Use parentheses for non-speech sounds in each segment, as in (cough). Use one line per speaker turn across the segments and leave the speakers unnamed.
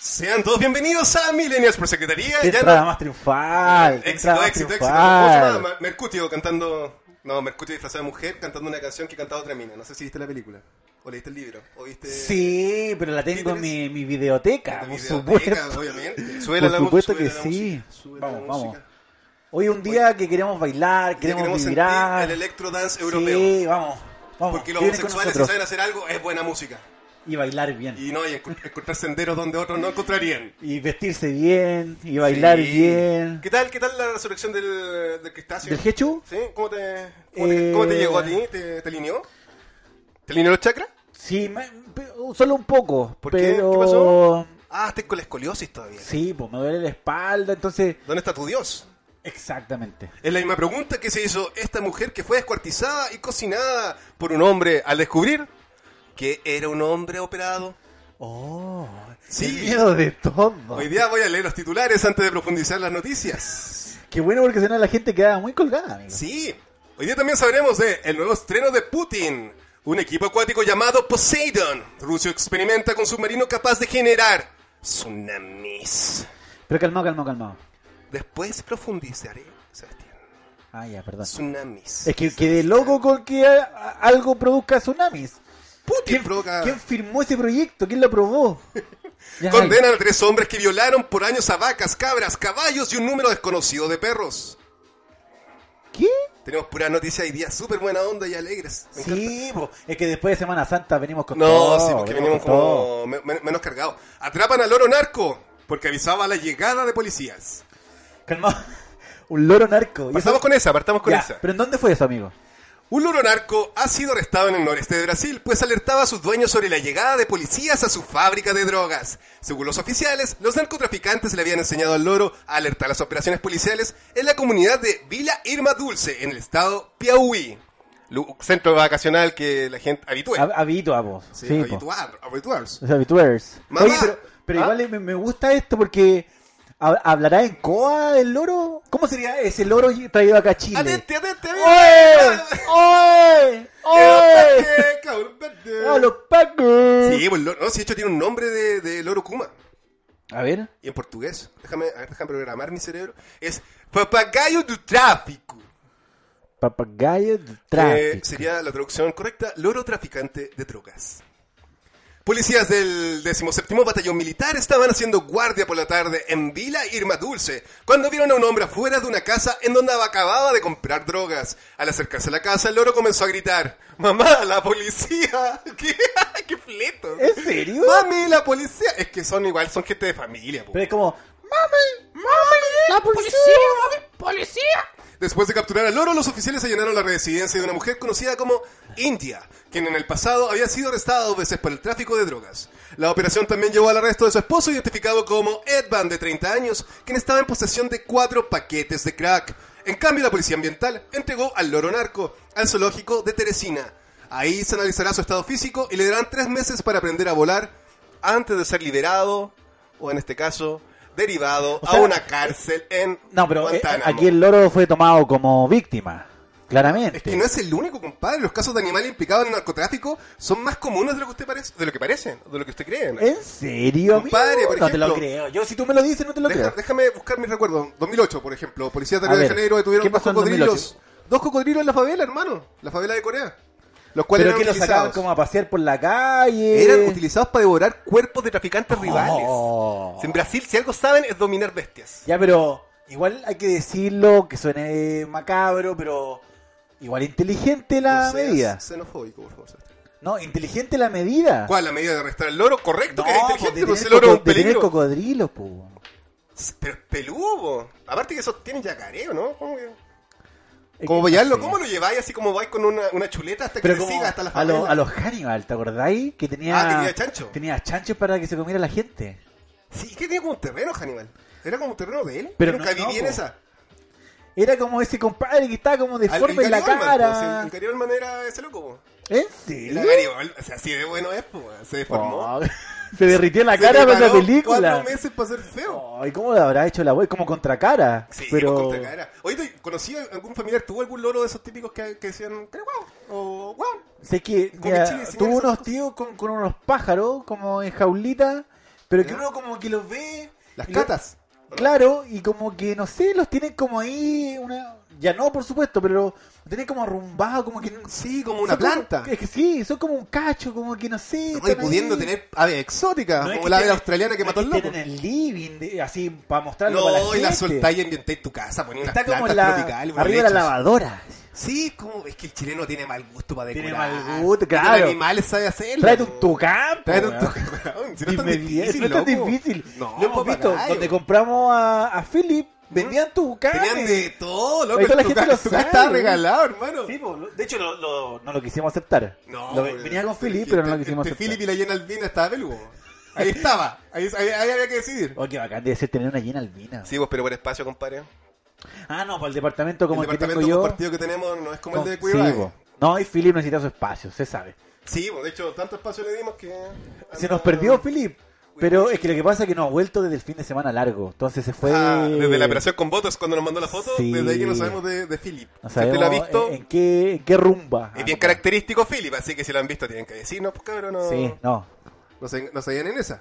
Sean todos bienvenidos a Millennials por Secretaría.
Qué entrada más triunfal. qué
Éxito,
entrada más
éxito, éxito. ¿Cómo se
triunfal.
llama? Ma- Mercutio cantando. No, Mercutio disfrazado de mujer cantando una canción que cantaba otra mina. No sé si viste la película. O leíste el libro. O viste.
Sí, pero la tengo en mi, mi videoteca,
la
por
videoteca,
supuesto.
obviamente.
Por
mu-
supuesto que
la
sí.
música, súbele la
Vamos, vamos.
música.
Hoy un día que queremos bailar,
Porque
queremos,
queremos
vibrar.
sentir el electro dance europeo.
sí, vamos. Vamos,
Porque los
vienen con
homosexuales, si
nosotros.
saben hacer algo, es buena música.
Y bailar bien. Y...
Y no, y encu- encontrar senderos donde otros no encontrarían.
vestirse bien, y bailar
Sí.
bien.
¿Qué tal, qué tal la resurrección del, del Crustáceo?
¿Del Jechu?
¿Sí? ¿Cómo te, cómo te-
Eh.
cómo te llegó a ti? ¿Te, te alineó? ¿Te alineó los chakras?
Sí, me- pe- solo un poco.
¿Por qué?
pero...
¿Qué pasó? Ah, estás con la escoliosis todavía.
Sí, pues me duele la espalda, entonces...
¿Dónde está tu Dios?
Exactamente.
Es la misma pregunta que se hizo esta mujer que fue descuartizada y cocinada por un hombre al descubrir que era un hombre operado.
Oh,
Sí.
sí. miedo de todo.
Hoy día voy a leer los titulares antes de profundizar las noticias.
Qué bueno porque si no la gente queda muy colgada, amigo.
Sí. Hoy día también sabremos de el nuevo estreno de Putin. Un equipo acuático llamado Poseidon. Rusia experimenta con submarino capaz de generar tsunamis.
Pero calmado, calmado, calmado.
Después profundizaré, Sebastián.
Ah, ya, perdón.
Tsunamis.
Es que quedé loco con que a- a- algo produzca tsunamis.
Putin
¿Quién,
provoca...
quién firmó ese proyecto? ¿Quién lo
(laughs)
aprobó? Ya,
Condenan a tres hombres que violaron por años a vacas, cabras, caballos y un número desconocido de perros.
¿Qué?
Tenemos pura noticia hoy día, súper buena onda y alegres. Me encanta.
Sí, po, es que después de Semana Santa venimos con
No,
todo.
sí, porque venimos
con todo.
como me- me- menos cargados. Atrapan al loro narco porque avisaba la llegada de policías.
Calmado. (laughs) Un loro narco. ¿Y
Partamos
eso?
con esa, partamos con
Ya,
esa.
¿Pero en dónde fue eso, amigo?
Un loro narco ha sido arrestado en el noreste de Brasil, pues alertaba a sus dueños sobre la llegada de policías a su fábrica de drogas. Según los oficiales, los narcotraficantes le habían enseñado al loro a alertar a las operaciones policiales en la comunidad de Vila Irma Dulce, en el estado Piauí. Lu- Centro vacacional que la gente habitúa.
Hab- Habito a vos.
Sí,
Sí, po.
habituar, habituarse.
Los habituers.
Mamá.
Oye, pero, pero
¿Ah?
igual me, me gusta esto porque hab- ¿hablará en Coa el loro? ¿Cómo sería ese loro traído acá a Chile?
Atente, Ah. atente,
¡Oye! ¡Oye!
(laughs)
¡Oye! ¡A los Packers!
Sí, pues, el loro- no, si de hecho tiene un nombre de, de loro Kuma.
A ver.
y en portugués, déjame, a ver, déjame programar mi cerebro, es papagayo do tráfico.
Papagayo de
que
tráfico.
sería la traducción correcta, loro traficante de drogas. Policías del 17 Batallón Militar estaban haciendo guardia por la tarde en Vila Irma Dulce cuando vieron a un hombre afuera de una casa en donde acababa de comprar drogas. Al acercarse a la casa, el loro comenzó a gritar: ¡Mamá, la policía! (laughs) ¡Qué, qué fleto!
¿En serio?
¡Mami, la policía! Es que son igual, son gente de familia. po.
Pero es como... ¡Mami! ¡Mami! ¡La policía! ¡Mami! ¡Policía!
Después de capturar al loro, los oficiales allanaron la residencia de una mujer conocida como India, quien en el pasado había sido arrestada dos veces por el tráfico de drogas. La operación también llevó al arresto de su esposo, identificado como Edvan, de 30 años, quien estaba en posesión de cuatro paquetes de crack. En cambio, la policía ambiental entregó al loro narco al zoológico de Teresina. Ahí se analizará su estado físico y le darán tres meses para aprender a volar antes de ser liberado, o en este caso, derivado
sea,
a una cárcel en
No, pero eh,
Guantánamo.
aquí el loro fue tomado como víctima. Claramente.
Es que no es el único, compadre. Los casos de animales implicados en narcotráfico son más comunes de lo que usted parece, de lo que parecen, de lo que usted cree. ¿no?
¿En serio, amigo?
Compadre, por
no te lo
ejemplo-
creo. Yo, si tú me lo dices, no te lo
Deja-
creo.
déjame buscar mis recuerdos. 2008, por ejemplo, policías de
A
Río de
ver,
Janeiro detuvieron
¿qué
dos
pasó en 2008?
cocodrilos. Dos cocodrilos en la favela, hermano. La favela de Corea. Los cuales
Pero que
eran
los sacaban
utilizados.
como a pasear por la calle.
Eran utilizados para devorar cuerpos de traficantes rivales.
Oh.
En Brasil, si algo saben, es dominar bestias.
Ya, pero igual hay que decirlo, que suene macabro, pero Igual inteligente la
No seas
medida.
Xenofóbico, por favor. Sebastián.
No, inteligente la medida.
¿Cuál? ¿La medida de arrestar el loro? Correcto,
No,
que era
pues,
inteligente,
de
pues
tener
el loro es
coco-
un
de tener
peligro.
cocodrilos, pues. po, weón.
Pero es peludo, po. Aparte que eso tiene yacareo, ¿no? ¿Cómo, que-
Es
como
que-
llevarlo?
no sé.
¿Cómo lo lleváis así como vais con una, una chuleta hasta que
Pero
te
como
siga hasta la
a, lo-
favela?
a los Hannibal, ¿te acordáis? Que tenía,
Ah, tenía chancho.
Tenía chancho para que se comiera la gente.
Sí, es que tenía como un terreno, Hannibal. Era como un terreno de él.
Pero
Yo nunca
no- no,
viví en
po.
esa.
Era como ese compadre que estaba como
Al-
deforme en la
Gary Oldman, po,
cara.
sí, El Gary Oldman era ese loco, po.
¿Eh?
Era
Sí.
Gary Oldman, o sea, así de bueno es, po. Se deformó.
Oh, (laughs) se derritió la
Se
cara con la
preparó
película.
Cuatro meses para ser feo.
Ay, ¿cómo le habrá hecho la wea? Como contracara.
Sí,
pero...
pero... cara. Oye, ¿tú ¿conocí a algún familiar? ¿Tuvo algún loro de esos típicos que, que decían, pero guau? O guau.
Sé que
Como
mira,
que Chile se
tuvo
muere
unos
esa-
tíos con, con unos pájaros, como en jaulita, pero que
Ya.
uno como que los ve.
Las
y lo-
catas.
Claro, y como que, no sé, los tienen como ahí, una... ya no, por supuesto, pero los tienen como arrumbados, como que...
Sí, como
son como- es que sí, son como un cacho, como que no sé.
Oye,
están
pudiendo
ahí.
tener ave exótica,
No es
como
que
la ave
estén-
australiana que
no es
mató al loco.
estén en el living, de- así, para mostrarlo para la
No, y la
gente.
soltáis y ambientáis tu casa, poní unas
Está como
plantas
en la,
tropicales. unos
arriba de la
lechos.
lavadora.
Sí, como es que el chileno tiene mal gusto para decorar.
Tiene mal gusto, claro.
Los animales sabe hacerlo.
Tráete un tucán, po,
Tráete un
weón.
tucán. (laughs) Si no es tan
Dime bien,
difícil,
no es tan
loco.
difícil.
No,
Lo hemos visto.
papagayo.
Donde compramos a, a Philip, vendían tucanes.
Tenían de todo, loco.
Ahí toda
el
la gente
tucán-
lo
el tucán
sabe.
estaba regalado, hermano.
Sí, po, lo- de hecho, lo- lo- no lo quisimos aceptar.
No,
Lo-
porque-
venía con Philip,
porque
pero no lo
entre-
quisimos
entre
aceptar.
Philip y la llena albina estaba peludo.
(laughs)
Ahí estaba. Ahí, ahí- ahí había que decidir.
Oh, qué bacán debe ser tener una llena albina.
Sí, vos, pero por espacio, compadre.
Ah, no, para el departamento como
el
el,
departamento
que tengo yo.
compartido que tenemos no es como el
no,
de
sí,
Cuivae.
po. no, y Philip necesita su espacio, se sabe.
Sí, pues, de hecho, tanto espacio le dimos que...
Se
anda-
nos perdió Philip, pero es que lo que pasa es que no ha vuelto desde el fin de semana largo. Entonces se fue.
Ah, desde la operación con votos, cuando nos mandó la foto,
Sí.
desde ahí que no sabemos de, de Philip.
No
Si usted lo ha
sabemos eh,
visto,
en, en qué, en qué rumba.
es bien característico Philip, así que si lo han visto tienen que decirnos, pues cabrón, no,
Sí, no.
no, se, no se vayan en esa.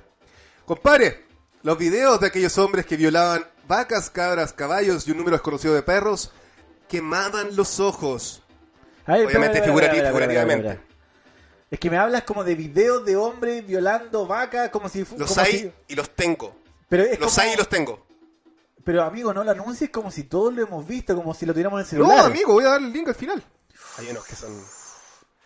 Compadre, los videos de aquellos hombres que violaban vacas, cabras, caballos y un número desconocido de perros, quemaban los ojos.
A ver,
Obviamente
espera,
figurati-
espera, espera, espera, espera,
figurativamente.
espera, espera. Es que me hablas como de videos de hombres violando vacas, como si fu-
Los
como
hay
si-
y los tengo.
pero es
Los
como-
hay y los tengo.
Pero amigo, no lo anuncies como si todos lo hemos visto, como si lo tuviéramos en el
No,
celular.
amigo, voy a dar el link al final. Hay unos que son...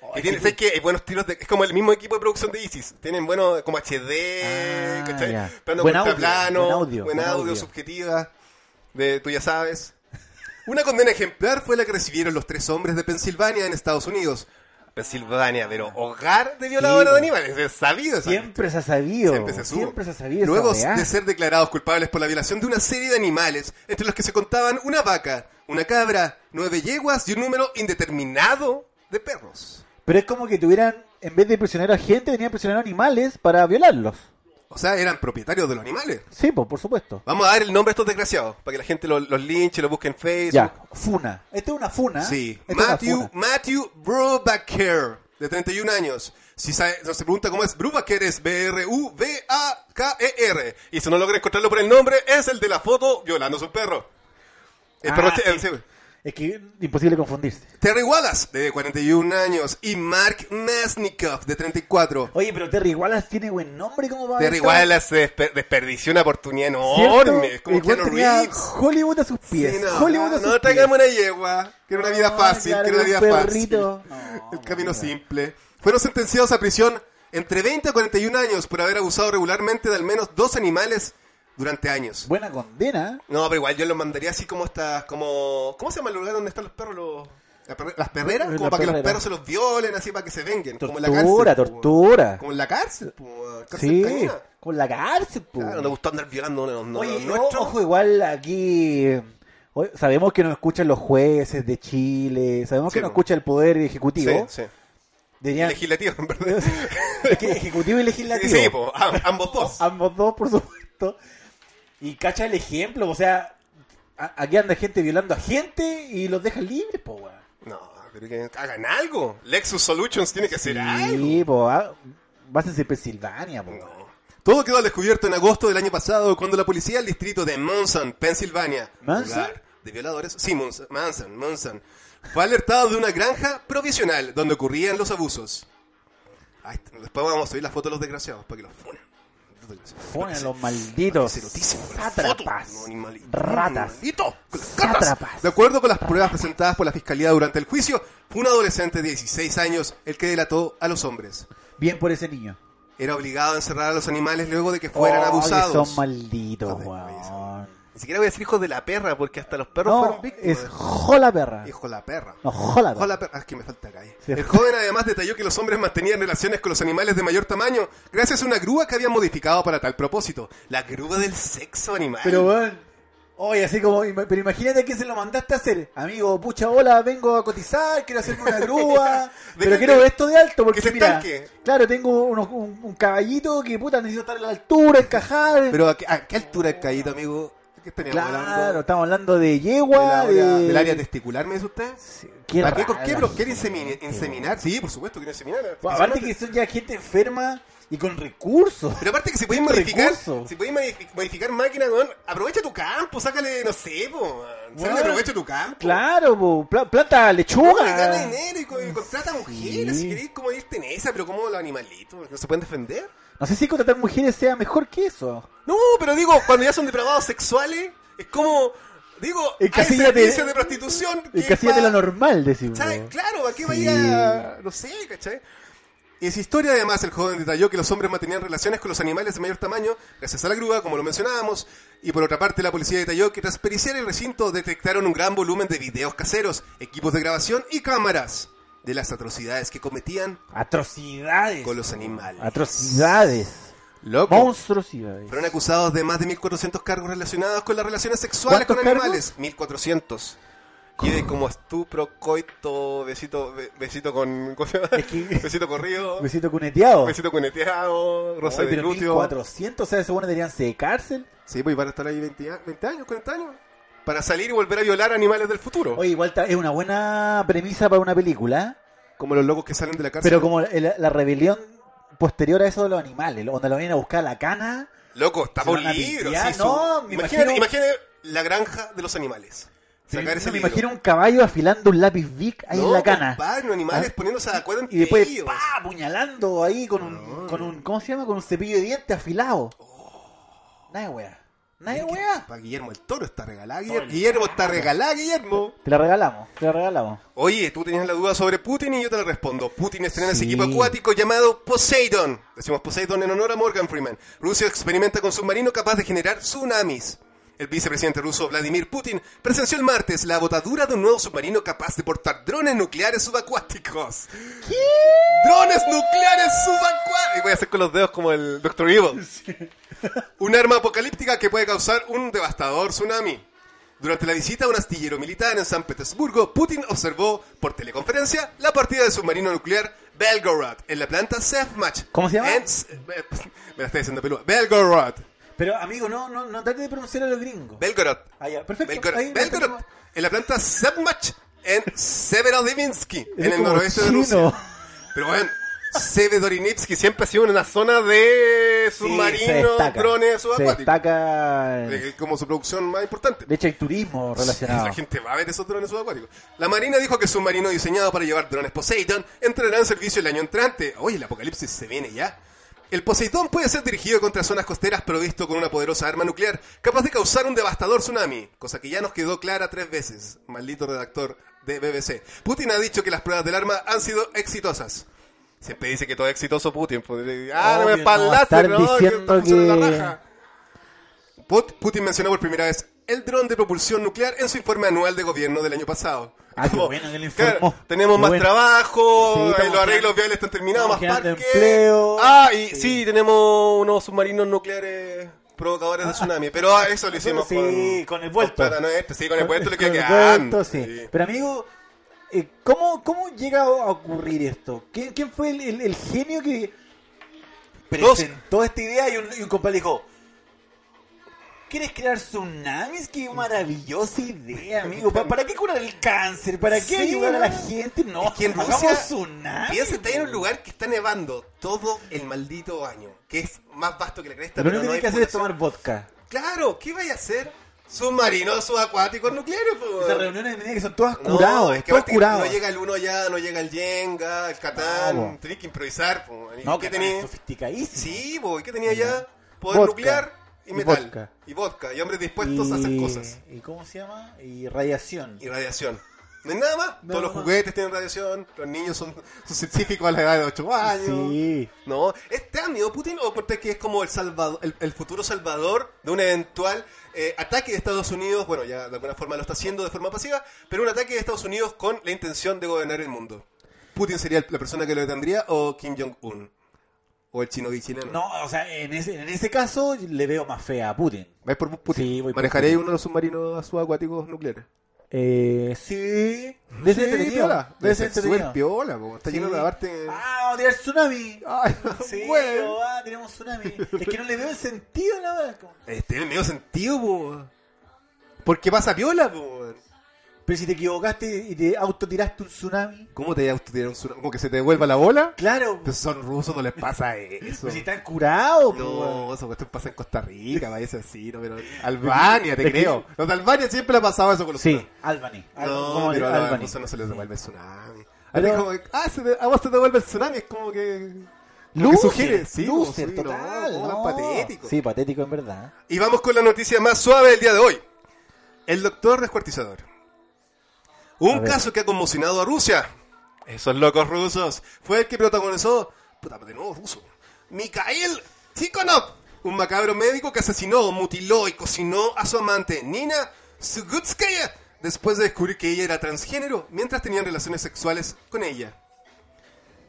Oh,
Y tienen, ¿sabes qué? Hay buenos tiros de- Es como el mismo equipo de producción de Isis. Tienen buenos como HD,
Ah,
¿cachai?
ya.
Plano
Buen audio,
contraplano,
buen audio,
buen
buen
audio,
audio.
subjetiva, de tú ya sabes. Una condena ejemplar fue la que recibieron los tres hombres de Pensilvania en Estados Unidos. Pensilvania, pero hogar de violadores
Sí,
de animales, es sabido. esa
Siempre se ha sabido.
Siempre se supo.
Siempre se ha sabido. esa
Luego
weá.
de ser declarados culpables por la violación de una serie de animales, entre los que se contaban una vaca, una cabra, nueve yeguas y un número indeterminado de perros.
Pero es como que tuvieran, en vez de prisioneros a gente, tenían prisioneros animales para violarlos.
O sea, eran propietarios de los animales.
Sí, pues, por supuesto.
Vamos a dar el nombre a estos desgraciados, para que la gente lo- los linche, los busque en Facebook.
Ya, funa. Esta es una funa.
Sí.
¿Ah? Esta es una
Matthew,
funa.
Matthew Brubaker, de 31 años. Si sabe- no se pregunta cómo es Brubaker, es B-R-U-B-A-K-E-R. E Y si no logra encontrarlo por el nombre, es el de la foto violando a su perro. El
Ah,
perro este,
sí.
el- sí.
Es que imposible confundirse.
Terry Wallace, de 41 años, y Mark Mesnikov, de 34.
Oye, pero Terry Wallace tiene buen nombre como va
Terry Wallace despe- desperdició una oportunidad enorme. Es como Keanu Reeves.
Hollywood a sus pies.
Sí, no,
Hollywood
no,
a sus
no
pies.
traigamos una yegua. Quiero una vida
No,
fácil,
claro,
quiero una
un
vida
perrito.
fácil.
No,
El camino
mira.
simple. Fueron sentenciados a prisión entre 20 a 41 años por haber abusado regularmente de al menos dos animales durante años.
Buena condena.
No, pero igual yo los mandaría así como estas, como... ¿Cómo se llama el lugar donde están los perros? Los, la perre- las perreras,
La
como para que los
perrera.
perros se los violen, así para que se vengan. como en la
Tortura,
cárcel, po.
tortura.
Como en la cárcel, po, cárcel
Sí,
canina.
con la cárcel, po.
Claro, nos gustó andar violando a los- a los
Oye, no,
nuestros.
ojo, igual aquí eh, oye, sabemos que nos escuchan los jueces de Chile, sabemos
Sí,
que nos
po.
escucha el Poder
Sí,
Ejecutivo.
sí.
Dirían-
Legislativo, en verdad.
(laughs) es que ejecutivo y legislativo.
(laughs) Sí, po, am- ambos dos.
Ambos dos, por supuesto. Y cacha el ejemplo, o sea, a- aquí anda gente violando a gente y los dejan libres, po, weón.
No, pero que hagan algo. Lexus Solutions tiene que hacer algo.
Sí, po, ah, básense en Pensilvania, po. weón.
No. Todo quedó al descubierto en agosto del año pasado cuando la policía del distrito de Monson, Pensilvania,
¿Munson?
lugar de violadores, sí, Monson, Monson, Monson, fue alertado de una granja provisional donde ocurrían los abusos. Ahí está. después vamos a subir la foto de los desgraciados para que los funen. malditos desgraciados.
Fueron los
Es
malditos.
erotísimo, con las
Sátrapas.
fotos, no, animali-
Ratas.
Maldito, con las gatas.
Sátrapas.
De acuerdo con las pruebas presentadas por la fiscalía durante el juicio, fue un adolescente de 16 años el que delató a los hombres.
Bien por ese niño.
Era obligado a encerrar a los animales luego de que fueran
Oh, que
abusados.
Son malditos,
Joder,
weón.
Ni siquiera voy a decir hijos de la perra, porque hasta los perros
No,
fueron víctimas.
es jola perra.
Hijo de la perra.
No, jola perra.
Ojalá, pero- ah, es que me falta calle.
Sí.
El joven además detalló que los hombres mantenían relaciones con los animales de mayor tamaño gracias a una grúa que habían modificado para tal propósito. La grúa del sexo animal.
Pero weón, oye, así como, ima- pero imagínate que se lo mandaste a hacer. Amigo, pucha, hola, vengo a cotizar, quiero hacerme una
(laughs)
grúa,
Deja
pero quiero
que-
esto de alto porque
que se
mira,
estanque.
claro, tengo unos- un, un caballito que puta necesito estar a la altura, encajar.
Pero ¿a qué, a qué altura el caído, amigo? ¿Qué estaríamos
claro,
hablando?
estamos hablando de
¿De
yegua,
la
de
área- ¿Del área testicular, me dice usted?
Qué
¿Para qué,
rara
con qué, bro? ¿Quiere
gente,
insemi-
weón.
inseminar? Sí, por supuesto, quiere inseminar.
Bueno, Pues, aparte que son ya gente enferma y con recursos.
Pero aparte que si puedes
Tiene
modificar,
recursos.
si puedes modifi- modificar máquinas, weón, aprovecha tu campo, sácale, no sé, po, man. sácale
Weón.
aprovecha tu campo.
(laughs) Claro, po, pla- planta
No, le gana
lechuga.
dinero y, co- y contrata mujeres,
Sí.
si queréis como irte en esa, pero como los animalitos, ¿no se pueden defender?
No sé si contratar mujeres sea mejor que eso.
No, pero digo, cuando ya son depravados sexuales, es como, digo, hay
Encasíllate-
servicios de prostitución. que
El casilla de
pa-
lo normal, decimos.
¿sabes? Claro, ¿a qué
Sí.
vaya? No sé, ¿cachai? En su historia, además, el joven detalló que los hombres mantenían relaciones con los animales de mayor tamaño gracias a la grúa, como lo mencionábamos. Y por otra parte, la policía detalló que tras periciar el recinto detectaron un gran volumen de videos caseros, equipos de grabación y cámaras de las atrocidades que cometían
Atrocidades.
con los animales.
Atrocidades.
Loco.
Monstruosidades.
Fueron acusados de más de 1.400 cargos relacionados con las relaciones sexuales con
¿Cuántos cargos?
animales. 1.400. Y de como estupro, coito, besito, be- besito con... ¿cómo se llama?
Es que-
(laughs) Besito
(laughs)
corrido,
Me siento cuneteado.
besito cuneteado, rosa
Ay,
de
pero
glúteo.
400, o sea, esos buenos deberían ser de cárcel.
Sí, pues y van a estar ahí 20, a- 20 años, 40 años. Para salir y volver a violar animales del futuro.
Oye, igual ta- es una buena premisa para una película. ¿eh?
Como los locos que salen de la cárcel.
Pero como el- la rebelión posterior a eso de los animales, donde lo vienen a buscar a la cana.
Loco, está
Se
por
van a
libro.
pitear,
sí, su-
no, me
imagínate,
imagino-
imagínate la granja de los animales. Sacar
me
ese libro.
imagino un caballo afilando un lápiz Vic ahí en la cana.
compadre, los animales
Ah.
poniéndose de acuerdo entre
y después,
ellos.
pa, apuñalando ahí con un,
No.
con un, ¿cómo se llama? Con un cepillo de dientes afilado.
Oh.
Nada de wea. Nada de wea.
Pa' Guillermo el Toro está regalado, Guillermo. Guillermo está regalado, Guillermo.
Te la regalamos, te la regalamos.
Oye, tú tenías la duda sobre Putin y yo te la respondo. Putin estrena ese
Sí.
equipo acuático llamado Poseidon. Decimos Poseidon en honor a Morgan Freeman. Rusia experimenta con submarino capaz de generar tsunamis. El vicepresidente ruso Vladimir Putin presenció el martes la botadura de un nuevo submarino capaz de portar drones nucleares subacuáticos. ¡Drones nucleares subacuáticos! Y voy a hacer con los dedos como el Doctor Evil. Un arma apocalíptica que puede causar un devastador tsunami. Durante la visita a un astillero militar en San Petersburgo, Putin observó por teleconferencia la partida del submarino nuclear Belgorod en la planta Sefmach.
¿Cómo se llama?
En S- eh, Me la estoy diciendo peluda. Belgorod.
Pero amigo, no, no, no trate de pronunciar a los gringos.
Belgorod.
Ah, ya, perfecto.
Belgorod.
Ahí lo
Belgorod.
tenemos.
En la planta Sefmach en Severodvinsk,
Es
en el
como
noroeste de
chino.
Rusia. Pero bueno, Severodvinsk siempre ha sido una zona de
Sí, se
submarinos,
destaca.
drones
Se
subacuáticos.
destaca.
Eh, Como su producción más importante.
De hecho, hay turismo relacionado.
La gente va a ver esos drones subacuáticos. La Marina dijo que el submarino diseñado para llevar drones Poseidon entrará en servicio el año entrante. Oye, el apocalipsis se viene ya. El Poseidón puede ser dirigido contra zonas costeras provisto con una poderosa arma nuclear capaz de causar un devastador tsunami, cosa que ya nos quedó clara tres veces, maldito redactor de BBC. Putin ha dicho que las pruebas del arma han sido exitosas. Siempre dice que todo es exitoso Putin. pues, Ah, no
Obvio,
me
no,
palaste,
estar
no, que
diciendo
está funcionando la
que-
raja. Put- Putin mencionó por primera vez el dron de propulsión nuclear en su informe anual de gobierno del año pasado.
Ah, qué bueno que lo
claro,
informó.
tenemos
Qué
más
bueno.
trabajo,
Sí,
eh,
estamos
los arreglos
generando-
viales están terminados, más
estamos generando
parques.
empleo.
Ah, y sí.
Sí.
tenemos unos submarinos nucleares provocadores de tsunami, pero ah, eso lo hicimos
Sí, con el vuelto.
plata nuestra, sí, con el vuelto le queda
Con el
quedando.
cuento, sí. Pero amigo, eh, ¿cómo, ¿cómo llega a ocurrir esto? ¿Quién, quién fue el, el- el genio que
Dos.
presentó esta idea y un, y un compadre dijo... ¿Quieres crear tsunamis? ¡Qué maravillosa idea, amigo! ¿Pa- ¿Para qué curar el cáncer? ¿Para
Sí,
qué ayudar a la
¿no?
gente? No,
Es que en
hagamos
Rusia,
tsunamis,
Piensa, está en un
po.
lugar que está nevando todo el maldito año, que es más vasto que la cresta.
Lo
pero
único que
no
tienes
hay
que hacer es
población.
tomar vodka.
Claro, ¿qué vaya a hacer? Submarinos subacuáticos nucleares, po.
Esas reuniones de media que son todas
No,
curados,
es que
todas
aparte
curados.
No llega el uno ya, no llega el Jenga, el Catán,
No, po.
tenés que improvisar, po. ¿Y
No,
qué
que
tenés?
sofisticadísimo.
Sí, po, ¿y qué tenía ya? poder
Vodka.
nuclear y
Y
metal.
vodka.
Y vodka. Y hombres dispuestos a hacer cosas.
¿Y cómo se llama? Y radiación.
Y radiación. No hay nada más.
Nada
Todos los
más.
juguetes tienen radiación. Los niños son, son científicos a la edad de 8 años.
Sí.
No, este amigo Putin, o aparte que es como el, salvado- el, el futuro salvador de un eventual eh, ataque de Estados Unidos, bueno, ya de alguna forma lo está haciendo de forma pasiva, pero un ataque de Estados Unidos con la intención de gobernar el mundo. ¿Putin sería el- la persona que lo detendría o Kim Jong-un? ¿O el chino chileno?
No, o sea, en ese, en ese caso le veo más fea a Putin.
¿Vais por Putin?
Sí, voy por
¿Manejaría
Putin.
uno de los submarinos subacuáticos nucleares?
Eh, sí. Debe ser entretenido.
piola.
Debe
Debe
ser
súper
entretenido.
piola, po. está lleno
Sí.
de arte...
Ah, vamos a tirar tsunami.
Ay, (laughs)
Sí,
güey.
ah, tenemos tsunami. Es que no le veo el sentido, la verdad. Como-
Eh, Tiene medio sentido, po. Porque pasa piola, po.
Pero si te equivocaste y te autotiraste un tsunami.
¿Cómo te autotiraron un tsunami? ¿Como que se te devuelva la bola?
Claro.
Pero son rusos, no les pasa
(laughs)
eso.
Pero si están curados, pues,
No, eso cuestión pasa en Costa Rica, parece así, no,
(laughs)
pero Albania, te creo. Los de Albania siempre le ha pasado eso con los
Sí,
tsunamis.
Albany. Al-
No,
como
pero a los
Albany.
rusos no se les devuelve el tsunami. A
Pero-
mí como, que, ah, se te, a vos te devuelve el tsunami, es como que... Lo que
Loser,
sugiere, sí,
loser,
sí, no,
total.
como
pues, no.
tan patético.
Sí, patético Ah, en verdad.
Y vamos con la noticia más suave del día de hoy. El doctor descuartizador.
A
Un
ver.
caso que ha conmocionado a Rusia. Esos locos rusos. Fue el que protagonizó... Puta, de nuevo ruso. Mikhail Tikhonov. Un macabro médico que asesinó, mutiló y cocinó a su amante Nina Sugutskaya después de descubrir que ella era transgénero mientras tenían relaciones sexuales con ella.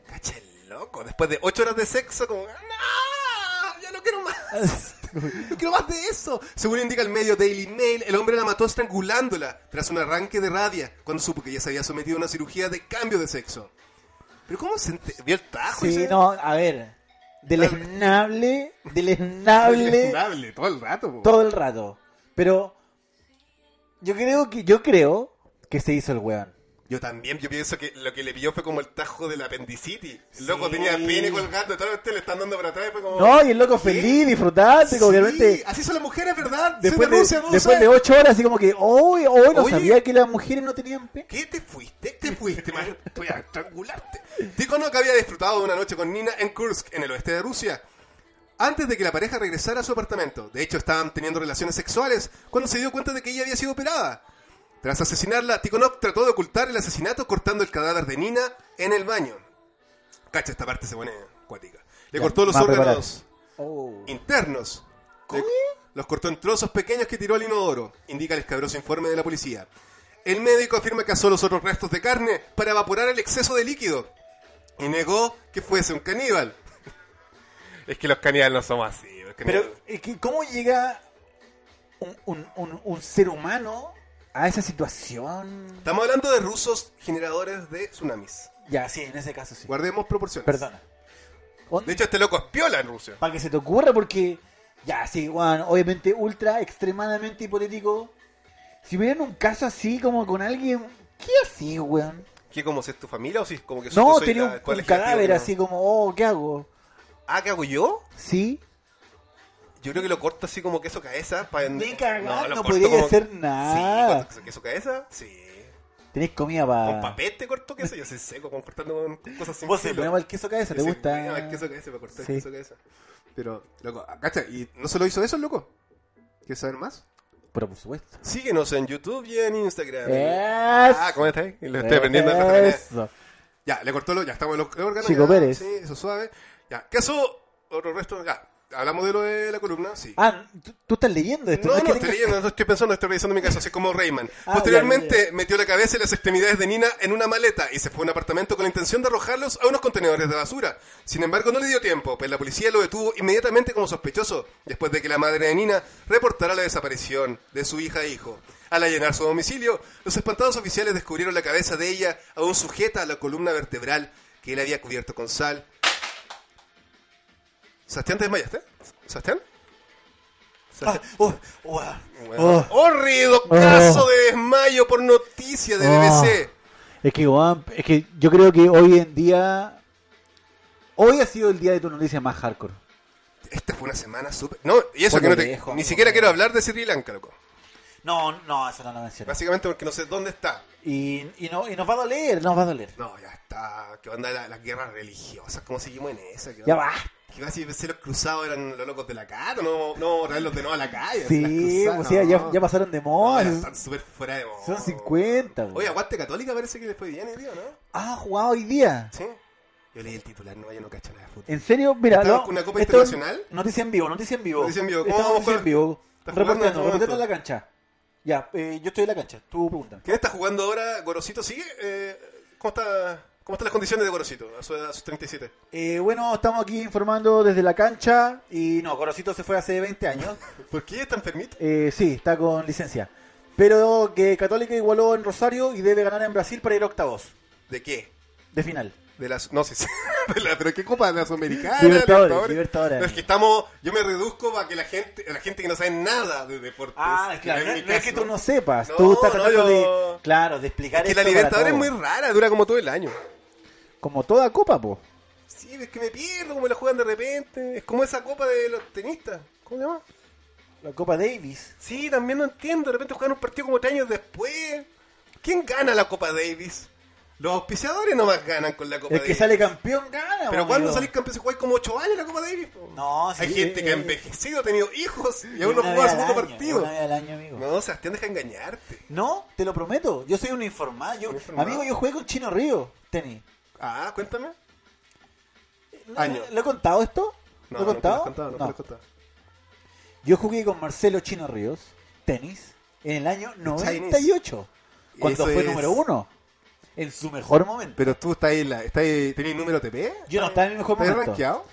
Caché loco. Después de ocho horas de sexo, como... ¡No! ¡Ya no quiero
(laughs)
más! No quiero más de eso. Según indica el medio Daily Mail, el hombre la mató estrangulándola tras un arranque de rabia cuando supo que ella se había sometido a una cirugía de cambio de sexo. ¿Pero cómo se ente- vio el tajo?
Sí,
ese?
no, a ver. Deleznable, deleznable
(laughs) Hable todo el rato. po.
todo el rato. Pero yo creo que yo creo que se hizo el weón.
Yo también, yo pienso que lo que le pilló fue como el tajo del apendicitis. El loco
Sí.
tenía pene colgando, todo este le están dando para atrás y fue como...
No, y el loco
¿Qué?
feliz, disfrutante, como que
Sí,
realmente
así son las mujeres, ¿verdad?
después
Soy
de,
de Rusia, no lo
después
sé.
de ocho horas así como que, hoy, hoy no
Oye.
sabía que las mujeres no tenían pene.
¿Qué te fuiste? ¿Te fuiste, man? Voy a estrangularte. Tikhonov había disfrutado de una noche con Nina en Kursk, en el oeste de Rusia, antes de que la pareja regresara a su apartamento. De hecho, estaban teniendo relaciones sexuales cuando se dio cuenta de que ella había sido operada. Tras asesinarla, Tikhonov trató de ocultar el asesinato cortando el cadáver de Nina en el baño. Cacha, esta parte se pone cuática. Le
Ya,
cortó los
más
órganos
Oh.
internos. Le- Los cortó en trozos pequeños que tiró al inodoro, indica el escabroso informe de la policía. El médico afirma que asó los otros restos de carne para evaporar el exceso de líquido y negó que fuese un caníbal. (laughs) es que los caníbales no somos así. los
Pero
caníbales-
es que cómo llega un, un- un- un ser humano a esa situación.
Estamos hablando de rusos generadores de tsunamis.
Ya, sí, en ese caso sí.
Guardemos proporciones.
Perdona. On-
De hecho, este loco es piola en Rusia.
Para que se te ocurra, porque ya, sí, bueno, obviamente ultra, extremadamente hipotético. Si miran un caso así, como con alguien, ¿qué así, weón?
¿Qué, como si es tu familia o si es como que
No,
soy
tenía
la-
un,
cuál
un
es el
cadáver
objetivo?
así como, oh, ¿qué hago?
Ah, ¿qué hago yo?
¿Sí?
Yo creo que lo corto así como queso cabeza. Para...
Ni cagar, no
lo corto
podía
como-
hacer
Sí,
nada.
cuando queso cabeza, sí.
Tenés comida
Con
para...
papel te corto queso, yo soy seco, con cortando con cosas sin
Vos se
filo.
ponemos el queso cabeza, ¿te
Yo soy
gusta?
bueno al queso cabeza, para cortar
Sí.
el queso cabeza. Pero, loco, ¿cacha? ¿Y no solo hizo eso, loco? ¿Quieres saber más?
Pero por supuesto.
Síguenos en YouTube y en Instagram.
Eso.
Ah, ¿cómo está ahí? Lo estoy aprendiendo. hasta la manera.
Eso.
Ya, le cortó lo, ya estamos en los órganos.
Chico
ya,
Pérez.
Sí, eso suave. Ya, queso, otro resto, ya. Hablamos de lo de la columna, sí.
Ah, ¿tú, tú estás leyendo esto.
No, no,
es que
estoy
tengas-
leyendo, no estoy pensando, estoy revisando mi caso, así como Rayman.
Ah,
Posteriormente
ya,
metió la cabeza y las extremidades de Nina en una maleta y se fue a un apartamento con la intención de arrojarlos a unos contenedores de basura. Sin embargo, no le dio tiempo, pues la policía lo detuvo inmediatamente como sospechoso, después de que la madre de Nina reportara la desaparición de su hija e hijo. Al allanar su domicilio, los espantados oficiales descubrieron la cabeza de ella aún sujeta a la columna vertebral que él había cubierto con sal. ¿Sebastián te desmayaste? ¿Sebastián?
Ah, oh, oh, ah.
Bueno,
Oh. Oh.
Horrido caso de desmayo por noticia de BBC.
Es que, weón, es que yo creo que hoy en día... Hoy ha sido el día de tu noticia más hardcore.
Esta fue una semana súper. No, y eso
Fue
que no
lo
te.
lejos,
ni
amigo.
siquiera quiero hablar de Sri Lanka, loco.
No, no, eso no lo mencioné.
Básicamente porque no sé dónde está.
Y, y, no, y nos va a doler, nos va a doler.
No, ya está. ¿Qué onda la- las guerras religiosas? ¿Cómo seguimos en esa? ¿Qué
Ya
onda?
va.
¿Qué pasa si los cruzados eran los locos de la cara? No, no vamos a traerlos de nuevo a la calle. Las
Sí,
cruzadas,
pues sí, ya,
no.
ya pasaron de
No,
moda.
ya están súper fuera de moda.
Son 50, güey.
Oye, aguante católica parece que después viene, ¿eh, tío, ¿no?
Ah, jugado hoy día.
Sí. Yo leí el titular, no, yo no cacho nada de fútbol.
¿En serio? Mira,
¿Estaba
no,
con una copa
esto es
internacional?
Noticia en vivo, noticia en vivo.
Noticia en vivo. ¿Cómo
Estamos
vamos
noticia
con-
en vivo.
¿Estás jugando en este
Reporteando, reporteando
momento?
la cancha. Ya, eh, yo estoy en la cancha. Tú pregunta.
¿Quién está jugando ahora? ¿Gorosito sigue? Eh, ¿cómo, está, ¿Cómo están las condiciones de Gorosito a su edad, a sus 37?
Eh, bueno, estamos aquí informando desde la cancha. Y no, Gorosito se fue hace 20 años.
¿Por qué está enfermito?
Eh, sí, está con licencia. Pero que Católica igualó en Rosario y debe ganar en Brasil para ir a octavos
¿De qué?
de final.
De las. No sé. si- (laughs) de la- pero qué copa de las americanas.
Libertadores,
Libertadores?
Libertadores,
Pero es que estamos. Yo me reduzco para que la gente. La gente que no sabe nada de deportes.
No,
en mi
Ah, no es que
caso.
tú no sepas.
No,
tú estás
no,
tratando
yo-
de. Claro, de explicar
Que
esto
la
para
Libertadores es
todos.
muy rara, dura como todo el año.
Como toda copa, po.
Sí, es que me pierdo, como la juegan de repente. Es como esa copa de los tenistas. ¿Cómo se llama?
La Copa Davis.
Sí, también no entiendo. De repente juegan un partido como tres años después. ¿Quién gana la Copa Davis? Los auspiciadores nomás ganan con la Copa
El que
Davis.
sale campeón gana,
Pero
po,
cuando
amigo.
salís campeón se juega como 8 años la Copa Davis. po.
No, sí,
Hay gente que ha
eh, eh.
envejecido, ha tenido hijos y aún no
Una
juega el
vez al
segundo
año,
partido.
Una vez al año, amigo. No.
No, Sebastián, deja de engañarte.
te lo prometo. Yo soy un informado. Yo,
Un informado.
Amigo, yo juego con Chino Río, tenis.
Ah, cuéntame.
¿No-
Año.
¿Lo he contado esto? ¿Lo he
no, No,
contado?
te lo he contado, no, te lo he contado.
Yo jugué con Marcelo Chino Ríos, tenis, en el año 98, cuando
Eso
fue
es.
número uno, en su mejor momento.
Pero tú estás ahí, la, estás ahí ¿tenés número TP?
Yo no estaba en mi mejor
¿Estás
momento.
rankeado?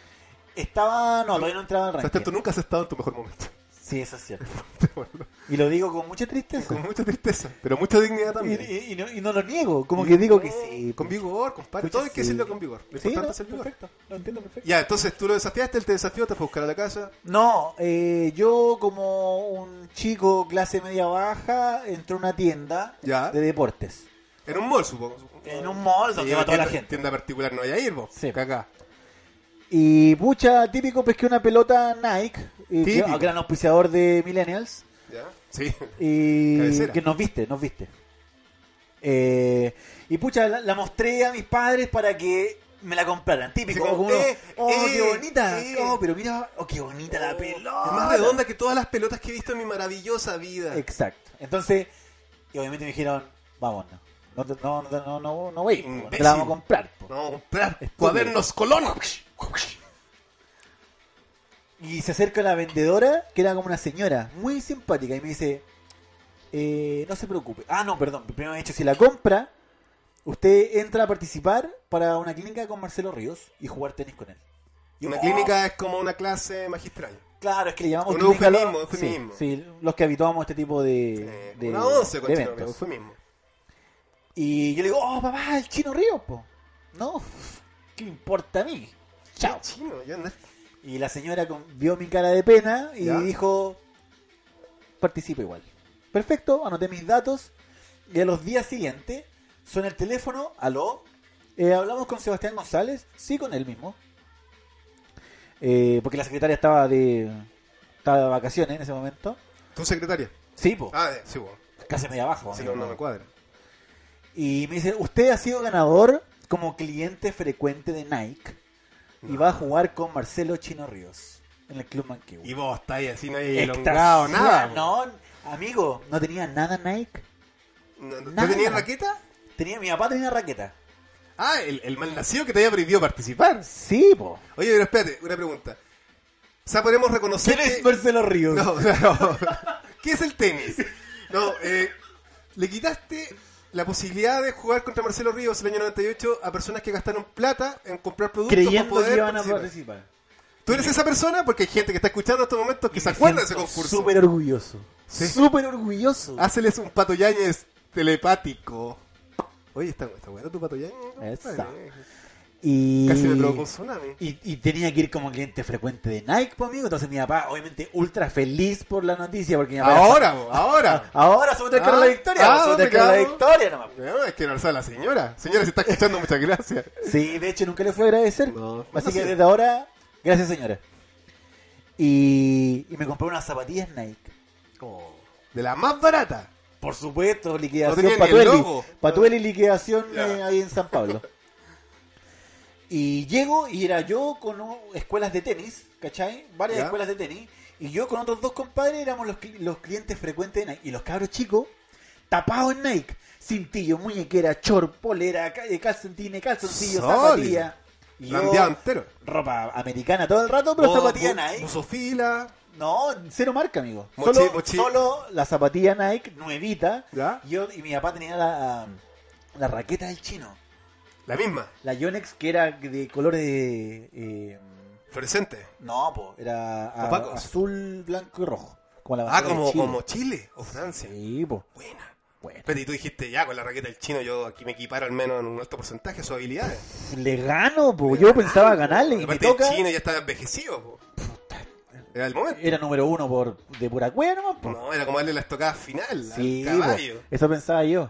Estaba, no, todavía no entraba en
O sea, tú
ranking.
nunca has estado en tu mejor momento. (laughs)
Sí, eso es cierto.
Te vuelvo-
Y lo digo con mucha tristeza.
Con mucha tristeza, pero mucha dignidad
Y,
también.
y- y no, y no lo niego, como que digo que sí. pues.
Con vigor, compadre.
Pucha,
Todo hay que
sí.
decirlo con vigor. Lo
Sí,
importante
no,
es el vigor.
perfecto, lo entiendo perfecto.
Ya, entonces tú lo desafiaste, él te desafió, te fue a buscar a la casa.
No, eh, yo como un chico clase media baja entré a una tienda
Ya.
de deportes.
En un mall, supongo.
En un mall donde va toda la
tienda-
gente.
Tienda particular no hay a ir, vos.
Sí.
Cagá.
Y pucha, típico pesqué una pelota Nike, eh, que,
Típico.
ah, gran auspiciador de Millennials,
¿Ya? Sí.
y
Cabecera.
que nos viste, nos viste. Eh, y pucha, la, la mostré a mis padres para que me la compraran.
Sí,
Típico,
como,
como uno,
eh,
oh, qué
eh,
bonita,
eh.
oh, pero mira, oh, qué bonita la pelota.
Es más redonda que todas las pelotas que he visto en mi maravillosa vida.
Exacto. Entonces, y obviamente me dijeron, vamos, no, no, te- no, no, no, no, no voy, po, te
Imbécil.
la vamos a comprar. po".
No, comprar
Estúpido.
cuadernos Colón.
Y se acerca la vendedora, que era como una señora, muy simpática, y me dice, eh, no se preocupe. Ah, no, perdón, primero me ha dicho, si la compra, usted entra a participar para una clínica con Marcelo Ríos y jugar tenis con él.
Y
Yo,
una
"Oh,
clínica es como una clase magistral.
Claro, es que le llamamos
Un
clínica a los-
eufemismo, eufemismo.
Sí, sí, los que habituamos este tipo de,
Eh,
de-
una once,
de
con Chino Río,
eventos.
fue mismo.
Y yo le digo, oh, papá, el chino Ríos, po. No, ¿qué me importa a mí? Chao.
Chino, yo no-
Y la señora con- vio mi cara de pena y
¿Ya?
dijo, participo igual. Perfecto, anoté mis datos y a los días siguientes suena el teléfono, aló, eh, hablamos con Sebastián González, sí, con él mismo. Eh, porque la secretaria estaba de, estaba de vacaciones en ese momento.
¿Tu secretaria?
Sí, po,
Ah, eh, sí, vos.
casi media abajo. eh.
Sí, no, no me cuadra.
Y me dice, usted ha sido ganador como cliente frecuente de Nike y va a jugar con Marcelo Chino Ríos en el Club Manquehue.
Y vos estás ahí así, no hay elongado,
Extasiado,
nada. vos.
No, amigo, no tenía nada Nike.
No, no-
Nada.
¿No tenías raqueta?
Tenía, mi papá tenía una raqueta.
Ah, el, el malnacido que te había prohibido participar.
Sí, po.
Oye, pero espérate, una pregunta. O sea, podemos reconocer
¿Quién
que...
es Marcelo Ríos?
No, (laughs) no. ¿Qué es el tenis? No, eh, le quitaste la posibilidad de jugar contra Marcelo Ríos el año 98 a personas que gastaron plata en comprar productos para
Creyendo
poder
que iban a
participar.
participar.
Tú eres esa persona porque hay gente que está escuchando en estos momentos que
Y
se
me
acuerda de ese
siento
concurso.
Súper orgulloso.
Sí.
Súper orgulloso.
Háceles un pato Yáñez telepático. Oye, está, está bueno tu pato Yáñez. compadre.
Esa. Y...
Casi me provocó un tsunami.
Y, y tenía que ir como cliente frecuente de Nike, pues amigo. Entonces mi papá, obviamente, ultra feliz por la noticia. Porque mi papá
Ahora, vos, ahora.
Ahora somos tres
Ah,
caras de la victoria.
ah,
somos tres
me
caras de la
cago.
victoria nomás.
No, es que no alzaba la señora. Señora, se está escuchando, muchas gracias.
Sí, de hecho nunca le fue a agradecer.
No,
Así
no
que
sé.
desde ahora, gracias señora. Y, y me compré unas zapatillas Nike
de la más barata.
Por supuesto,
No
liquidación
tenía ni el
Patuelli.
logo.
Patuelli, liquidación
Ya.
eh, ahí en San Pablo. y llego y era yo con un- escuelas de tenis, ¿cachai? Varias
Ya.
escuelas de tenis. Y yo con otros dos compadres éramos los, cli- los clientes frecuentes de Nike. Y los cabros chicos, tapados en Nike. Cintillo, muñequera, chor, polera, ca- eh, calcetines, calzoncillos,
Sólido.
zapatillas. Y yo,
Randeado entero.
ropa americana todo el rato, pero zapatillas
Bu- bu-
Nike.
Buzofila.
No, cero marca, amigo.
Mochi-
solo,
mochi-
solo la zapatilla Nike nuevita.
¿Ya?
Yo y mi papá tenía la, la raqueta del chino.
La misma.
La Yonex que era de colores de... eh,
Fluorescente.
no, po, era a-
Opacos.
azul, blanco y rojo. Como la
Ah,
bandera de
como
Chile.
como Chile o Francia.
Sí, po.
Buena.
Bueno,
Pero y tú dijiste, ya, con la raqueta del chino yo aquí me equiparo al menos en un alto porcentaje de sus habilidades.
le gano, po. Yo pensaba ganarle y me
Aparte, el
toca...
chino ya estaba envejecido. po. Era el momento.
Era número uno por, de pura cueva nomás, po.
No, era como darle la estocada final
Sí,
al caballo.
po, eso pensaba yo.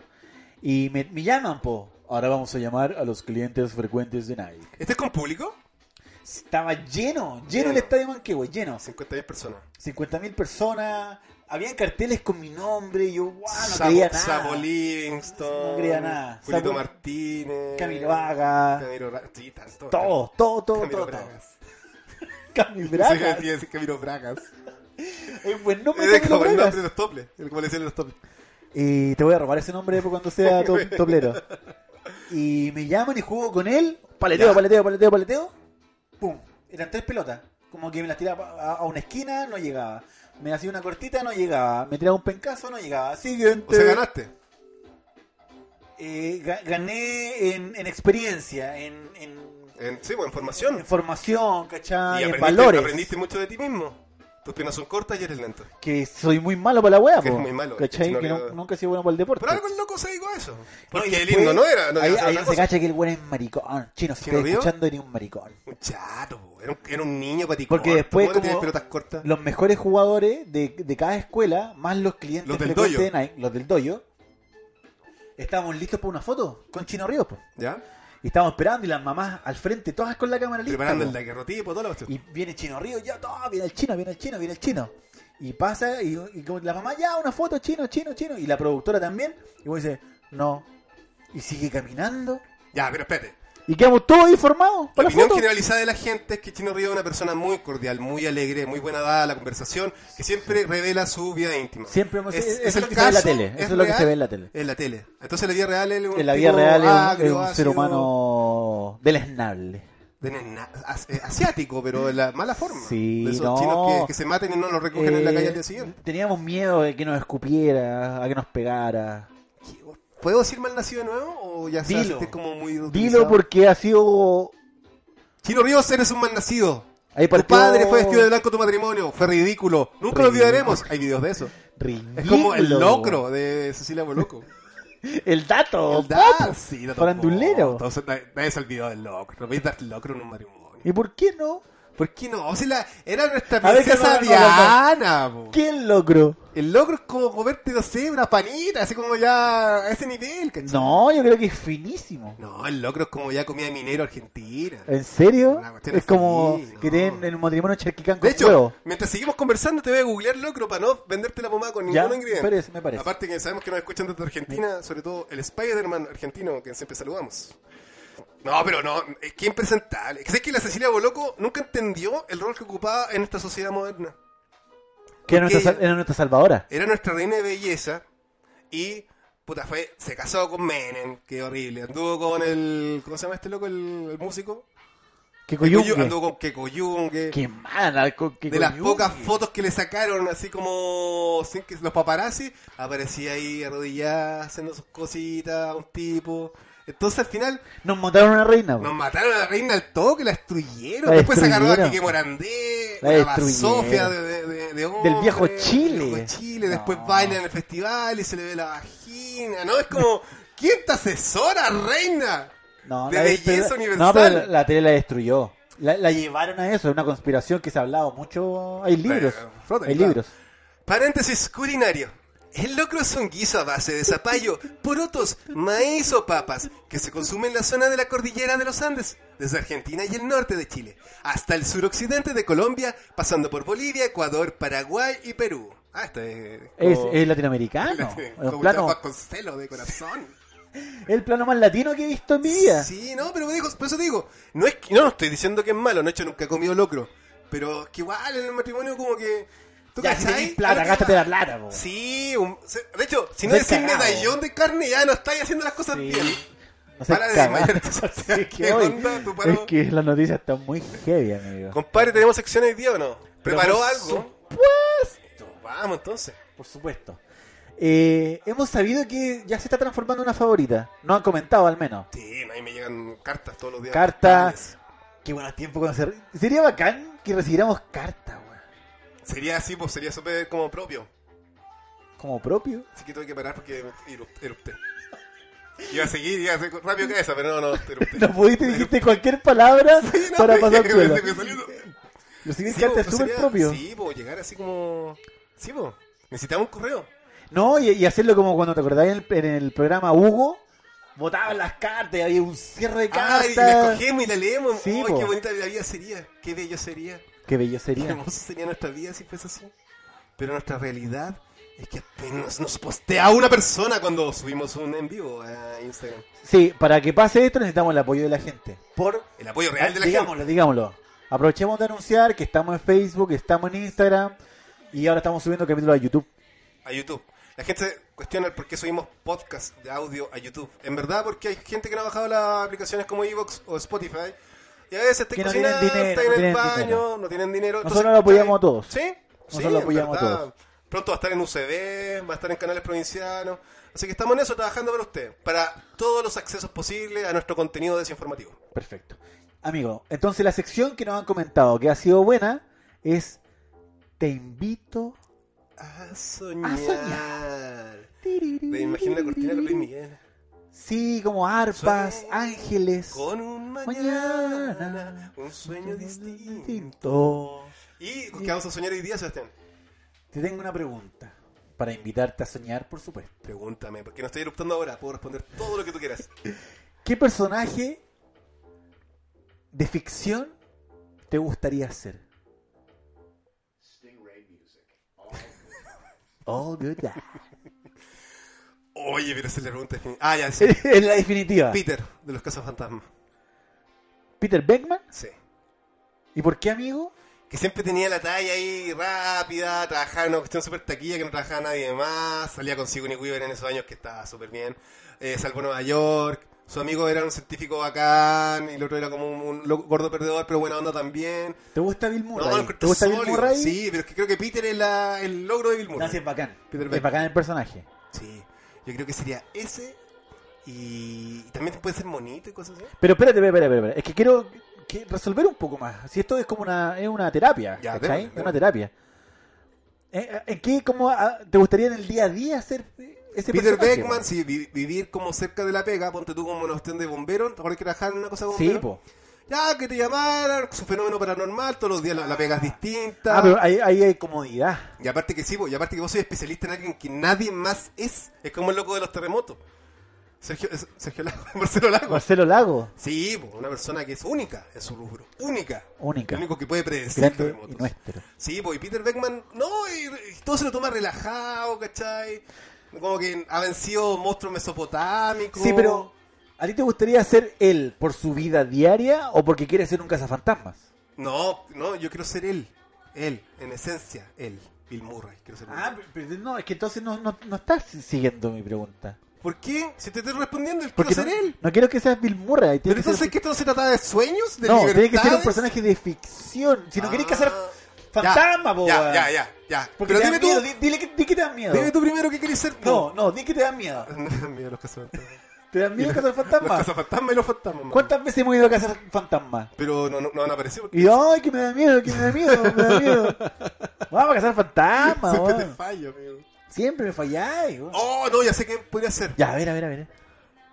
Y me, me llaman, po. Ahora vamos a llamar a los clientes frecuentes de Nike.
¿Este es con público?
Estaba lleno, lleno,
Lleno.
el estadio Manquehue, lleno.
50.000 personas.
50.000 personas, habían carteles con mi nombre, y yo, wow, no
Sabo-
creía nada.
Sabo Livingston.
No creía nada.
Julito
Sabo-
Martínez.
Camilo Haga.
Camilo Ra- sí, tanto.
Todo, todo, todo,
Camilo
todo.
Bragas. (laughs)
Camilo
Sí,
Bragas.
decía decir Camilo Bragas.
Es buen nombre,
Era
Camilo
como el
Bragas.
nombre de los toples. Era Como le decían los toples.
Y te voy a robar ese nombre por cuando sea to-
(laughs)
toplero. Y me llaman y juego con él. Paleteo,
Ya.
paleteo, paleteo, paleteo. Pum. Eran tres pelotas. Como que me las tiraba a, a una esquina, no llegaba. Me hacía una cortita, no llegaba. Me tiraba un pencazo, no llegaba. Siguiente.
O sea, ganaste.
Eh, ga- gané en, en experiencia, en, en,
En, sí, bueno, en formación.
en formación, ¿cachai?
y
en
aprendiste,
valores.
aprendiste mucho de ti mismo. Tus piernas son cortas y eres lento.
Que soy muy malo para la wea,
Que
po,
es muy malo,
¿cachai?
que no
Que no-
le-
nunca he sido bueno para el deporte.
Pero algo el loco se dedicó a eso. Porque
y
el
después,
himno no era. No
ahí
era
ahí
otra
se
cosa.
cacha que el weón es maricón. Ah, Chino, si
¿Chino
estás
Río?
escuchando, eres un maricón.
Un chato, po. era un, era un niño paticón.
Porque después,
¿Cómo no tienes
como
pelotas cortas?
los mejores jugadores de, de cada escuela, más los clientes
Los del
frecuentes
dojo.
de Nike, los del dojo, estábamos listos para una foto con Chino Ríos. po.
¿Ya?
Y estábamos esperando y las mamás al frente, todas con la cámara lista.
Preparando
po.
el daguerrotipo, toda la cuestión.
Y viene Chino Río, ya, todo, viene el chino, viene el chino, viene el chino. Y pasa, y, y como la mamá, ya, una foto, chino, chino, chino. Y la productora también. Y vos dice, no. Y sigue caminando.
Ya, pero espérate.
Y quedamos todos ahí formados
La
para la
opinión
foto.
generalizada de la gente es que Chino Río es una persona muy cordial, muy alegre, muy buena dada a la conversación, que siempre revela su vida íntima.
Siempre hemos-
Es-
eso
es
es lo
el
que se ve en la
caso,
tele,
es
eso es lo que
real
se ve en la tele.
En la tele. Entonces, en la vida real él es un
En la vida
tipo
real es un,
agrio,
es un ser
ácido,
humano deleznable.
de nena- as- eh, asiático, pero en la mala forma.
Sí,
de esos
no.
chinos que, que se maten y no los recogen en la
Eh,
calle al día siguiente.
teníamos miedo de que nos escupiera, a que nos pegara.
¿Puedo decir mal nacido de nuevo o ya se
Eh, Dilo.
hace como muy
Dilo
utilizado?
porque ha sido...
Chino Ríos, eres un mal nacido.
Ahí
Tu
partió-
padre fue vestido de blanco tu matrimonio, fue ridículo. Nunca lo
Ridículo.
olvidaremos. Hay videos de eso.
Ridículo.
Es como el locro de Cecilia
(laughs)
Boloco.
El dato.
El da- sí, no,
Farandulero.
tampoco. Entonces, nadie, nadie se olvidó del locro. No podéis dar locro en un matrimonio.
¿Y por qué no?
¿Por qué no? Si la- era nuestra
A ver,
princesa
que no, no, no,
Diana. po.
¿Quién logró?
El locro es como comerte, no sé, una panita, así como ya a ese nivel. ¿cachai?
No, yo creo que es finísimo.
No, el locro es como ya comida de minero argentina.
¿En serio?
Una cuestión
Es como
así,
que
no.
tienen en un matrimonio charquicán con
De hecho,
huevo.
mientras seguimos conversando, te voy a googlear locro para no venderte la pomada con
Ya,
ningún ingrediente.
me parece, me parece.
Aparte que sabemos que nos escuchan desde Argentina, sobre todo el Spider-Man argentino, que siempre saludamos. No, pero no, es que impresentable. Es que la Cecilia Boloco nunca entendió el rol que ocupaba en esta sociedad moderna.
Que era
porque-
nuestra, sal- era nuestra salvadora.
Era nuestra reina de belleza y, puta, fue, se casó con Menem, qué horrible. Anduvo con el, ¿cómo se llama este loco, el, el músico?
Que
Kekoyungue.
coyunque.
Anduvo con Kekoyungue.
Qué mala. co- que
de las
coyunque.
pocas fotos que le sacaron, así como sin que los paparazzi, aparecía ahí arrodillada, haciendo sus cositas, un tipo. Entonces al final
Nos montaron una reina. po.
nos mataron a la reina al toque, la destruyeron.
La
Después sacaron a
destruyeron.
Kike Morandé,
La
a
destruyeron.
Sofía de, de- de- de hombre,
Del viejo Chile.
del viejo Chile. Después
No.
bailan en el festival y se le ve la vagina, ¿no? Es como, ¿quién te asesora, reina?
No,
de
la
belleza
destruyó-
universal.
No, pero la, la tele la destruyó. La, la llevaron a eso, es una conspiración que se ha hablado mucho. Hay libros.
Bueno, Frodo,
hay
claro.
libros.
Paréntesis culinario. El locro es un guiso a base de zapallo, porotos, maíz o papas que se consume en la zona de la cordillera de los Andes, desde Argentina y el norte de Chile, hasta el suroccidente de Colombia, pasando por Bolivia, Ecuador, Paraguay y Perú. Ah, este es.
Es,
como-
es latinoamericano. Es
(laughs) como
un plano,
Chapa Costello de corazón.
el plano más latino que he visto en mi vida.
Sí, no, pero me dijo, por eso te digo, no es que- no, no estoy diciendo que es malo, no he hecho nunca he comido locro, pero que igual en el matrimonio como que tú
Ya, si
cachai,
tenés plata,
ahora-
gástate la plata, po.
Sí, un- se- de hecho, si
No
no
seas
decís
cagao.
medallón de carne ya no estáis haciendo las cosas
Sí.
bien.
No seas
Para de
cagado. (laughs)
desmayarte, o sea,
Sí,
¿qué
que hoy-
onda tu paro?
Es que las noticias están muy heavy, amigo.
Compadre, ¿tenemos sección hoy día o no?
Pero
¿Preparó
por
algo? Vamos entonces.
Por supuesto. Eh, hemos sabido que ya se está transformando en una favorita. No han comentado, al menos.
Sí, a mí me llegan cartas todos los días.
Cartas. Qué buenos tiempos cuando se... re- Sería bacán que recibiéramos cartas, weón.
Sería así, pues sería súper como propio.
Como propio. (laughs)
Así que tuve que parar porque erup- erupté. Iba a seguir, iba a hacer rápido cabeza, pero no, no, erupté.
(laughs) No pudiste, dijiste cualquier
(laughs)
palabra para pasar
que-
piola.
que salió-
Recibir
Sí,
cartas
po,
es súper
sería-
propio.
Sí, po, llegar así como. Sí, po. Necesitamos un correo.
No, y, y hacerlo como cuando te acordáis en el, en el programa Hugo, votaban las cartas y había un cierre
Ay,
de
la
cartas.
escogemos Ah, y la leemos.
Sí,
Ay,
po.
qué bonita la vida sería. Qué bello sería.
Qué
Qué
bello sería.
hermoso sería nuestra vida si fuese así. Pero nuestra realidad es que apenas nos postea una persona cuando subimos un en vivo a Instagram.
Sí, para que pase esto necesitamos el apoyo de la gente. Por
El apoyo real de la
digámoslo, digámoslo. Aprovechemos de anunciar que estamos en Facebook, que estamos en Instagram y ahora estamos subiendo capítulos a YouTube.
gente a YouTube. La gente cuestiona el por qué subimos podcast de audio a YouTube. En verdad, porque hay gente que no ha bajado las aplicaciones como Evox o Spotify. Y a veces está
Que no
cocinando,
tienen dinero,
está
no
en el
tienen
baño,
dinero.
no tienen dinero.
Nosotros lo apoyamos a todos.
Sí, sí,
lo
en
apoyamos a
verdad.
todos.
Pronto va a estar en UCB, va a estar en canales provincianos. Así que estamos en eso, trabajando para usted. Para todos los accesos posibles a nuestro contenido desinformativo.
Perfecto. Amigo, entonces la sección que nos han comentado que ha sido buena es Te invito
A soñar.
A soñar.
Me imagino la cortina con Luis Miguel.
Sí, como arpas,
Sueño
ángeles.
Con un mañana,
Mañana,
un sueño distinto.
distinto.
¿Y qué vamos a soñar hoy día, Sebastián?
Te tengo una pregunta para invitarte a soñar, por supuesto.
Pregúntame, porque no estoy eruptando ahora. Puedo responder todo lo que tú quieras.
¿Qué personaje de ficción te gustaría ser? All good. (laughs) guy.
Oye, pero esa es la pregunta definitiva. Ah, ya,
(laughs)
sí.
Es la definitiva.
Peter, de los Casas Fantasma.
Peter Beckman.
Sí.
¿Y por qué, amigo?
Que siempre tenía la talla ahí rápida, trabajaba en una cuestión súper taquilla que no trabajaba nadie más, salía con Sigourney Weaver en esos años que estaba súper bien, eh, salvó Nueva York, su amigo era un científico bacán, y el otro era como un, un loco- gordo perdedor, pero buena onda también.
¿Te gusta Bill
No,
Murray?
lo encuentro
¿Te gusta Bill
sólido.
Murray?
Sí, pero es que creo que Peter es la- el logro de Bill
No,
Murray.
sí, es bacán.
Peter
es
Beckman.
bacán el personaje.
Sí, yo creo que sería ese, y, y también puede ser monito y cosas así.
Pero espérate, espérate, espérate, espérate. Es que quiero que- resolver un poco más. Si esto es como una, es una terapia,
Ya,
¿cachai?
démosle,
Es una
démosle.
terapia. ¿En, en qué cómo, ah, te gustaría en el día a día ser ese
Peter
personaje,
Beckman,
weón?
sí, vi- vivir como cerca de la pega, ponte tú como una cuestión de bombero, ahora que trabajar en una cosa de bombero.
Sí, po.
Ya, que te llamaran, su fenómeno paranormal, todos los días la, la pegas distinta.
Ah, pero ahí, ahí hay comodidad.
Y aparte que sí, po, y aparte que vos sois especialista en alguien que nadie más es. Es como el loco de los terremotos. Sergio, es- Sergio Lago, (laughs) Marcelo Lago.
Marcelo Lago,
Sí, po, una persona que es única en su rubro. Única.
Única.
El único que puede predecir
grande y
terremotos.
nuestro.
Sí, pues, y Peter Beckman, no, y, y todo se lo toma relajado, ¿cachai? Como que ha vencido monstruos mesopotámicos.
Sí, pero ¿a ti te gustaría ser él por su vida diaria o porque quieres ser un cazafantasmas?
No, no, yo quiero ser él. Él, en esencia, él. Bill Murray, quiero ser Bill
Ah, pero no, es que entonces no, no, no estás siguiendo mi pregunta.
¿Por qué? Si te estoy respondiendo, el quiero
Porque
ser
no,
él.
no quiero que seas Bill Murray.
Pero
tienes que ser-
entonces, ¿qué esto no se trata de sueños? ¿De
No, tiene que
libertades?
ser un personaje de ficción. Si no
Ah.
querés cazar
Ya,
fantasma, po,
Ya,
weón.
ya, ya. ya.
Porque
Pero
te
dime
dan
tú,
miedo. di- Dile que, di que te dan miedo.
dime tú primero qué quieres ser tú. (laughs)
No, no, di que te dan miedo.
Mira los cazafantasmas.
¿Te dan miedo
(laughs)
cazar
Los
fantasmas?
cazafantasmas y los fantasmas. man.
¿Cuántas veces hemos ido a cazar fantasmas?
Pero no, no, no han aparecido porque (laughs)
Y yo, ay, que me da miedo, que me da miedo, me da miedo. Vamos a cazar fantasmas,
siempre te
weón.
fallo, amigo.
Siempre me falláis, weón.
Oh, no, ya sé qué podría ser.
Ya, a ver, a ver, a ver.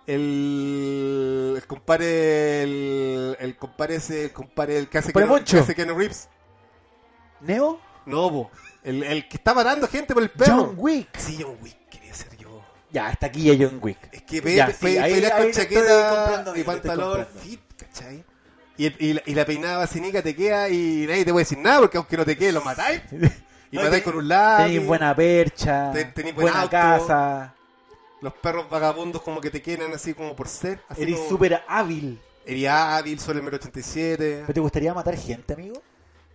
El, el compare el, el compare ese, el compare el que hace
Pero
Keanu-
Moncho.
que hace Keanu Reeves.
¿Neo?
No, bo. El, el que está parando gente por el perro.
John Wick.
Sí, John Wick quería ser yo.
Ya, hasta aquí ya John Wick.
Es que ve,
Ya,
ve-
sí,
ve-
ahí-
pelear
ahí
con
te estoy comprando,
chaqueta y
amigo, te estoy
pantalón
comprando.
fit, ¿cachai? Y, el- y la, y la peinada vacinica te queda y nadie te puede decir nada porque aunque no te quede lo matáis. Y
No,
matáis
ten-
con un lápiz.
Tenéis buena percha,
Ten- tenís buen
buena
auto.
casa,
Los perros vagabundos como que te quieren así como por ser. Así
eres
como-
súper hábil.
Eres hábil, solo el mero 87.
¿Pero te gustaría matar gente, amigo?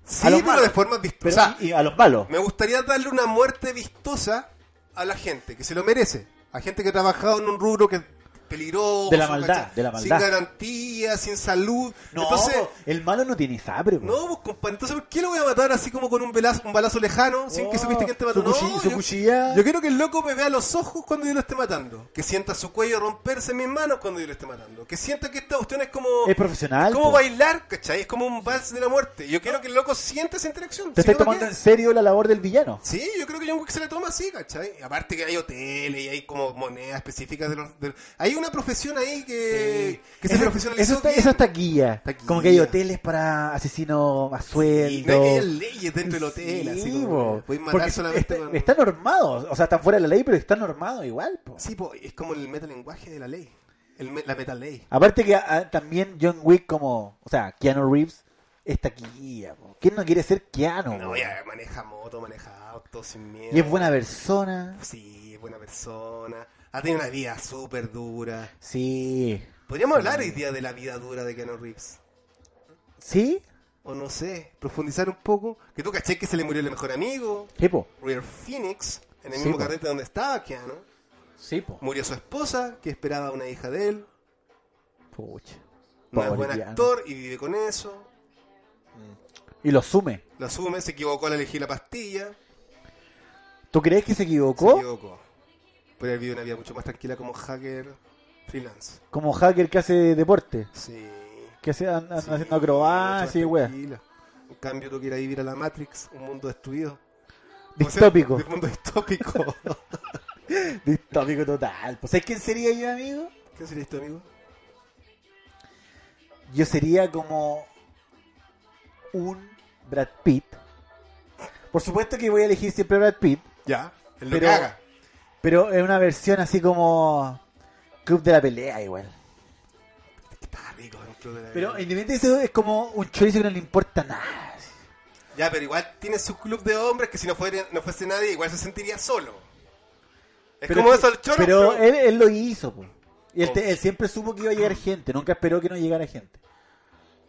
Sí,
a los
pero de
malos.
forma distinta. O
Pero,
sea,
y a los malos.
me gustaría darle una muerte vistosa a la gente, que se lo merece. A gente que ha trabajado en un rubro que peligroso.
De la maldad,
¿cachai?
de la maldad.
Sin garantía, sin salud.
No,
Entonces,
el malo no tiene sabre, po.
No, pues compadre, entonces ¿por qué lo voy a matar así como con un balazo, un balazo lejano, sin que
Oh,
supiste que te mató?
Su, cuchi-
No,
su
yo,
cuchilla.
yo quiero que el loco me vea a los ojos cuando yo lo esté matando, que sienta su cuello romperse en mis manos cuando yo lo esté matando, que sienta que esta cuestión es como
Es profesional.
como
po.
bailar, ¿cachai? Es como un vals de la muerte. Yo quiero que el loco sienta esa interacción.
Te
si
estás
no, ¿para
tomando
qué?
en serio la labor del villano.
Sí, yo creo que John Wick se la toma así, ¿cachai? Aparte que hay hoteles y hay como monedas específicas de los... de- Hay una profesión ahí que, que se
Eso-
profesionalizó
eso está,
bien.
eso está guía.
Está guía.
Como que hay hoteles para asesinos a sueldo.
Y no hay que haya leyes dentro del hotel,
Sí,
así como
po.
podéis matar
Porque
solamente
está,
con-
está normado. O sea, están fuera de la ley, pero está normado igual. po.
Sí, po, es como el metalenguaje de la ley. El me- la metaley.
Aparte que ah, también John Wick como... O sea, Keanu Reeves es taquilla. po. ¿Quién no quiere ser Keanu?
No,
po?
ya maneja moto, maneja auto sin miedo.
Y es buena persona.
Sí, es buena persona. Ha tenido una vida súper dura.
Sí.
Podríamos hablar hoy día de la vida dura de Keanu Reeves.
¿Sí?
O no sé, profundizar un poco. Que tú caché que se le murió el mejor amigo,
Sí, po.
Rear Phoenix, en el
Sí,
mismo
po.
carrete donde estaba Keanu.
Sí, po.
Murió su esposa, que esperaba una hija de él.
Pucha.
No es
Pobre
buen
Keanu.
actor y vive con eso.
Y lo sume.
Lo asume, se equivocó al elegir la pastilla.
¿Tú crees que se
Se
equivocó?
equivocó. Pero él vive una vida mucho más tranquila como hacker freelance.
Como hacker que hace deporte.
Sí.
Que hace, an- an-
Sí,
haciendo
mucho más
acrobacias y weas.
tranquila. En cambio, tú quieres vivir a la Matrix, un mundo destruido. O sea,
Distópico.
Un mundo distópico. (laughs)
Distópico total. Pues, ¿Sabes quién sería yo, amigo?
¿Qué sería esto, amigo?
Yo sería como un Brad Pitt. Por supuesto que voy a elegir siempre a Brad Pitt,
Ya. El lo
Pero-
que haga.
pero en una versión así como Club de la Pelea igual.
Está rico dentro de la
Pero
vida.
independientemente de eso es como un chorizo que no le importa nada.
Ya, pero igual tiene su club de hombres que si no, fuera, no fuese nadie, igual se sentiría solo. Es como eso el choro.
pero
pero-
él, él lo hizo, po. Y él, te-
Oh.
él siempre supo que iba a llegar gente, nunca esperó que no llegara gente.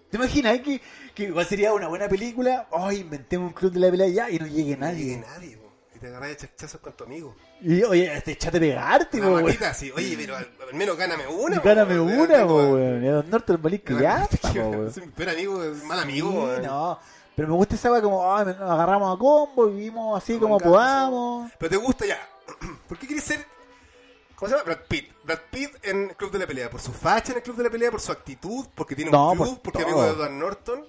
¿Te imaginas que, que igual sería una buena película? Oh, inventemos un club de la pelea ya y no llegue
No
nadie.
llegue nadie, po. Y te agarras de chachazos con tu amigo.
Y oye, este echate pegarte,
Una
po, weón.
maquita así. Oye, pero al, al menos gáname una. po,
Gáname
weón.
una, po,
Tengo-
weón. Y a Don Norton
(laughs)
el malín que ya, po, weón.
Es mi peor amigo, es mal amigo.
Sí,
weón.
no. Pero me gusta esa weá como, ah, nos agarramos a combo, vivimos así como
Arrancamos.
podamos.
Pero te gusta ya. (clears throat) ¿Por qué quieres ser. ¿Cómo se llama? Brad Pitt. Brad Pitt en Club de la Pelea. Por su facha en el Club de la Pelea, por su actitud, porque tiene
No,
un club,
por
porque
todo.
amigo de Edward Norton,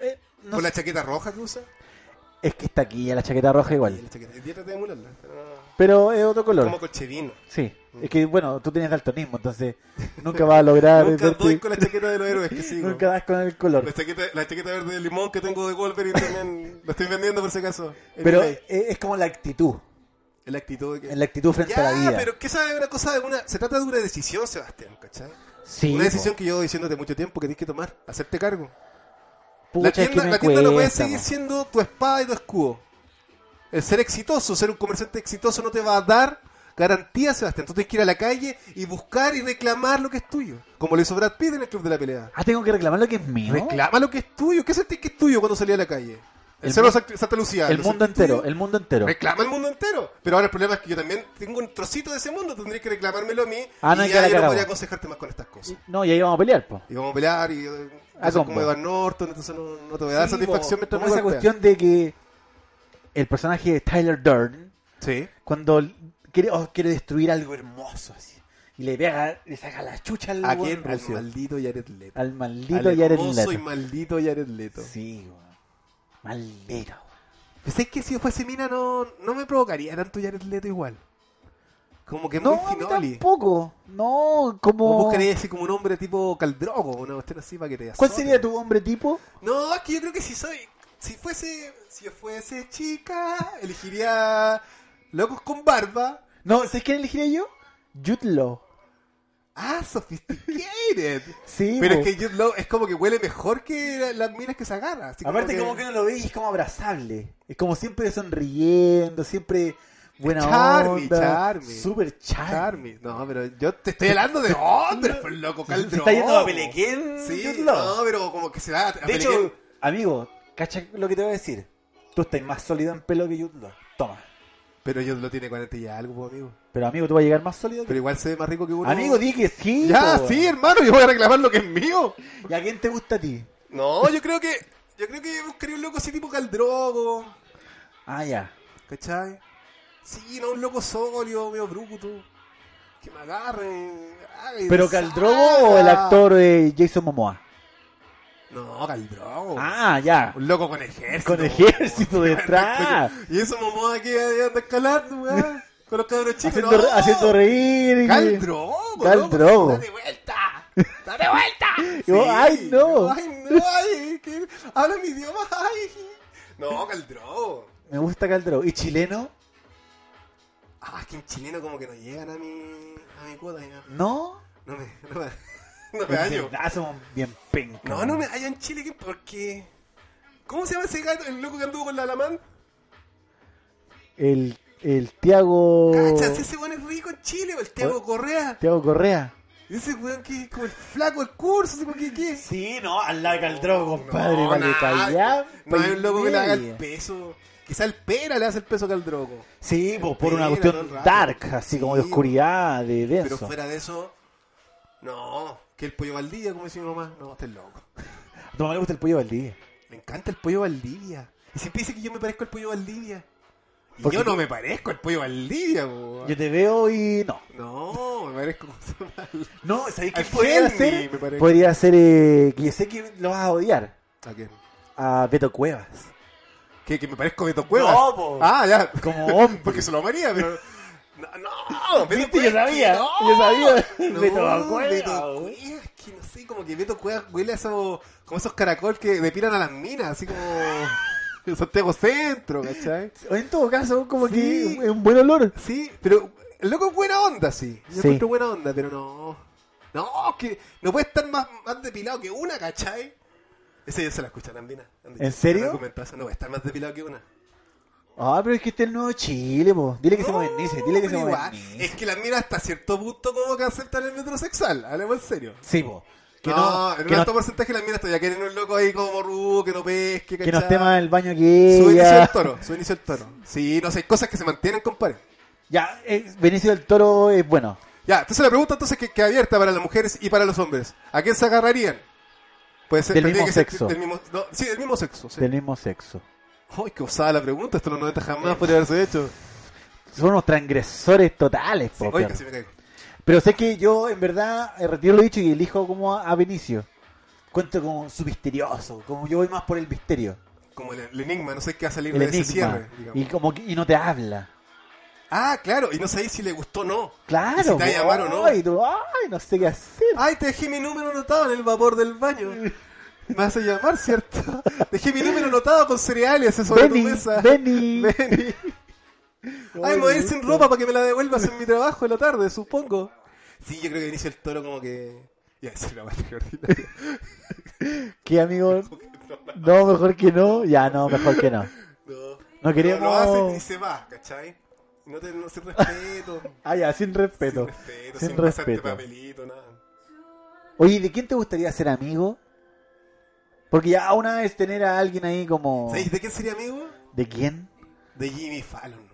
Eh, no
por
sé.
la chaqueta roja que usa.
Es que está aquí ya la chaqueta roja
Y
igual.
la chaqueta- y trata de emularla, pero no.
Pero es otro color.
Como Mm. cochevino.
Sí, es que bueno, tú tienes daltonismo, entonces nunca vas a lograr
(laughs) Nunca doy
verte-
con la
(laughs)
chaqueta de los héroes que sigo.
nunca das con el
La
color.
chaqueta, la chaqueta verde de limón que tengo de Wolverine también (laughs) la estoy vendiendo por si acaso. En
Pero
eBay.
es, es como la actitud,
la actitud de que...
en la actitud frente
Ya,
a la vida.
pero ¿qué sabe una cosa? de Una... Se trata de una decisión, Sebastián, ¿cachai?
sí,
una decisión
po.
que llevo diciéndote mucho tiempo que tienes que tomar, hacerte cargo. la
Pucha, es que
tienda,
me
la tienda no puede
cuesta,
seguir
po.
siendo tu espada y tu escudo. El ser exitoso, ser un comerciante exitoso no te va a dar garantía, Sebastián. Tú tienes que ir a la calle y buscar y reclamar lo que es tuyo. Como lo hizo Brad Pitt en el Club de la Pelea.
Ah, tengo que reclamar lo que es mío.
Reclama lo que es tuyo. ¿Qué sentís que es tuyo cuando salí a la calle? El,
El
Cerro
mu-
Sac- Santa Lucía.
el
¿lo
mundo
sentís
entero,
tuyo?
el mundo entero.
Reclama el mundo entero. Pero ahora el problema es que yo también tengo un trocito de ese mundo. Tendrías que reclamármelo a mí.
Ah, no,
y
es
ya yo
que la
no
cagamos.
podría aconsejarte más con estas cosas.
No, y ahí vamos a pelear, po.
Y vamos a pelear y eh,
A
cosas
combo.
como Edward Norton, entonces no, no te voy a dar
Sí,
satisfacción este
po,
mientras
como esa
me golpean.
cuestión de que el personaje de Tyler Durden,
Sí.
cuando l- quiere, oh, quiere destruir algo hermoso, así, y le pega, le saca la chucha al
¿A
buen
quién? Al
rucio.
maldito Jared Leto.
Al maldito
Al
Jared
hermoso
Leto.
y maldito Jared Leto.
Sí, weón. Maldito.
Pensé que si yo fuese mina no, no me provocaría tanto Jared Leto igual. Como que
No,
muy
a mí
finoli.
tampoco. No,
Como
como...
buscaría así como un hombre tipo Caldrogo, una cuestión así para que te
¿Cuál
azote.
sería tu hombre tipo?
No, es que yo creo que si soy... Si fuese... Si yo fuese chica, elegiría... Locos con barba.
No, ¿sabes quién elegiría yo? Jutlo.
Ah, sophisticated.
(laughs) Sí,
Pero
po.
es que Jude Law es como que huele mejor que la- las minas que se agarra. así
Aparte, como que no lo ve y es como abrazable. Es como siempre sonriendo, siempre buena
Charmy,
onda.
charmy.
Super charmy.
Charmy. No, pero yo (laughs) te estoy hablando de hombres, (laughs) pues, loco,
Se-
caldro.
Se está yendo a Pelequén.
Sí,
Jude Law.
no, pero como que se da. a
de
Pelequén-
hecho, amigo, cacha lo que te voy a decir. Tú estás más sólido en pelo que Jude Law. Toma.
Pero Jude Law tiene 40 y algo, pues, amigo.
Pero amigo, tú vas a llegar más sólido que
Pero igual se ve más rico que uno.
Amigo, di que sí.
Ya,
po,
sí,
weón.
hermano, yo voy a reclamar lo que es mío.
¿Y a quién te gusta a ti?
(laughs) No, yo creo que. Yo creo que buscaría un loco así tipo Caldrogo.
Ah, ya.
¿Cachai? Sí, no, un loco sólido, medio bruto. Que me agarre. ay,
¿Pero
saca.
Caldrogo o el actor eh, Jason Momoa?
No, Caldrogo.
Ah, ya.
Un loco con Oh. ejército.
Con
(laughs)
ejército
weón.
detrás.
Y eso mamá aquí anda escalando, weón. Con los cabros chicos.
Haciendo,
no.
haciendo reír. y-
Caldrogo.
Caldrogo.
loco, Date vuelta. Date vuelta.
(laughs) Y vos, ay, no.
Ay, no. Ay, que habla mi idioma. Ay. No, Caldrogo.
Me gusta Caldrogo. ¿Y chileno?
Ah, es que en chileno como que no llegan a mi, a mi cuota. ya.
No.
No me, (laughs) no me, no me hallo.
Ah, somos bien penca.
No, no me hallo en Chile ¿qué? porque... ¿Cómo se llama ese gato, el loco que anduvo con la alamán?
El, el Tiago...
Cachas, ese weón es rico en Chile, o el Tiago Correa.
Tiago Correa.
Ese weón que es como el flaco del curso, ¿sí? ¿qué, qué?
Sí, no, al lado de Caldrogo, compadre.
No,
vale,
nada.
callá,
No hay un loco que le haga el
media.
peso. Quizá el pera le hace el peso al drogo.
Sí, po, por
Mira,
una cuestión
todo el rato.
dark, así como de
Sí,
oscuridad, de
Pero
denso.
fuera de eso... No, que el pollo Valdivia, como decía mi mamá. No, estás loco.
A tu mamá le gusta el pollo Valdivia.
Me encanta el pollo Valdivia. Y siempre dice que yo me parezco al pollo Valdivia. Y
Porque
yo
tú-
no me parezco al pollo Valdivia, po.
Yo te veo y no.
No, me parezco (laughs) como se llama el-
No, ¿sabéis qué
Al
podría
Henry,
ser?
me parece.
Podría ser eh, que yo sé que lo vas a odiar.
¿A quién?
A Beto Cuevas.
¿Que, que me parezco a Beto Cuevas?
No, po.
Ah, ya. (laughs)
Como hombre.
Porque se lo amaría, pero... No, no Beto
Viste, yo
Cuevas,
sabía,
que no.
yo sabía.
No,
Beto Cuevas.
Beto Cuevas, que no sé, como que Beto Cuevas huele a esos... Como esos caracol que depilan a las minas, así como... en Santiago Centro, ¿cachai?
En todo caso, como
Sí.
que es un buen olor.
Sí, pero el loco es buena onda, sí. Yo
Sí.
encuentro buena onda, pero no. No, es que no puede estar más, más depilado que una, ¿cachai? Ese yo se la escucha también.
¿En serio?
No puede estar más depilado que una.
Ah, pero es que este es el nuevo Chile, po. Dile que se
No,
modernice, dile que se
pero igual,
modernice.
Es que las minas hasta cierto punto como que aceptan el metrosexual. Hablemos en serio.
Sí, po. Que
no,
no,
en
que
un
no,
alto porcentaje las minas todavía quieren un loco ahí como rudo, que no pesque, ¿cachai?
que no esté más en el baño que
Su inicio
ella.
del toro, su inicio del toro. Sí, no sé, hay cosas que se mantienen, compadre.
Ya, eh, Benicio del Toro es bueno.
Ya, entonces la pregunta entonces que, que abierta para las mujeres y para los hombres. ¿A quién se agarrarían? Puede ser,
Del
tendría
mismo
que ser
sexo.
del mismo- no, sí, del mismo sexo. Sí.
Del mismo sexo.
Ay, qué osada la pregunta. Esto en los 90 jamás podría haberse hecho.
Son unos transgresores totales, po.
Ay,
Oh, perro.
casi me caigo.
Pero sé que yo, en verdad, eh, retiro lo dicho y elijo como a, a Benicio. Cuento como su misterioso, como yo voy más por el misterio,
Como el, el enigma, no sé qué va a salir
el
de
enigma.
pues, ese cierre. digamos.
y como que- y no te habla.
Ah, claro, y no sabéis si le gustó o no.
Claro.
Y si te va a llamar o no.
Ay, tú, ay, no sé qué hacer.
Ay, te dejé mi número anotado en el vapor del baño. Me vas a llamar, ¿cierto? Dejé mi número anotado con cereales sobre
Benny,
tu mesa.
Benny.
Benny. Ay, me voy a ir sin ropa para que me la devuelvas en mi trabajo en la tarde, supongo. Sí, yo creo que inicia el toro como que. Ya, es una parte ordinaria.
(laughs)
(laughs)
Que amigo, no, mejor que no. Ya, no, mejor que no.
No,
No queremos-
Lo hace y se va, ¿cachai? No, te, no sin respeto.
Ah, ya, (laughs) sin
sin
respeto.
respeto,
Sin
sin, pasarte
respeto.
papelito, nada.
Oye, ¿de quién te gustaría ser amigo? Porque ya una vez tener a alguien ahí como...
¿Sabéis de quién sería amigo?
¿De quién?
De Jimmy Fallon.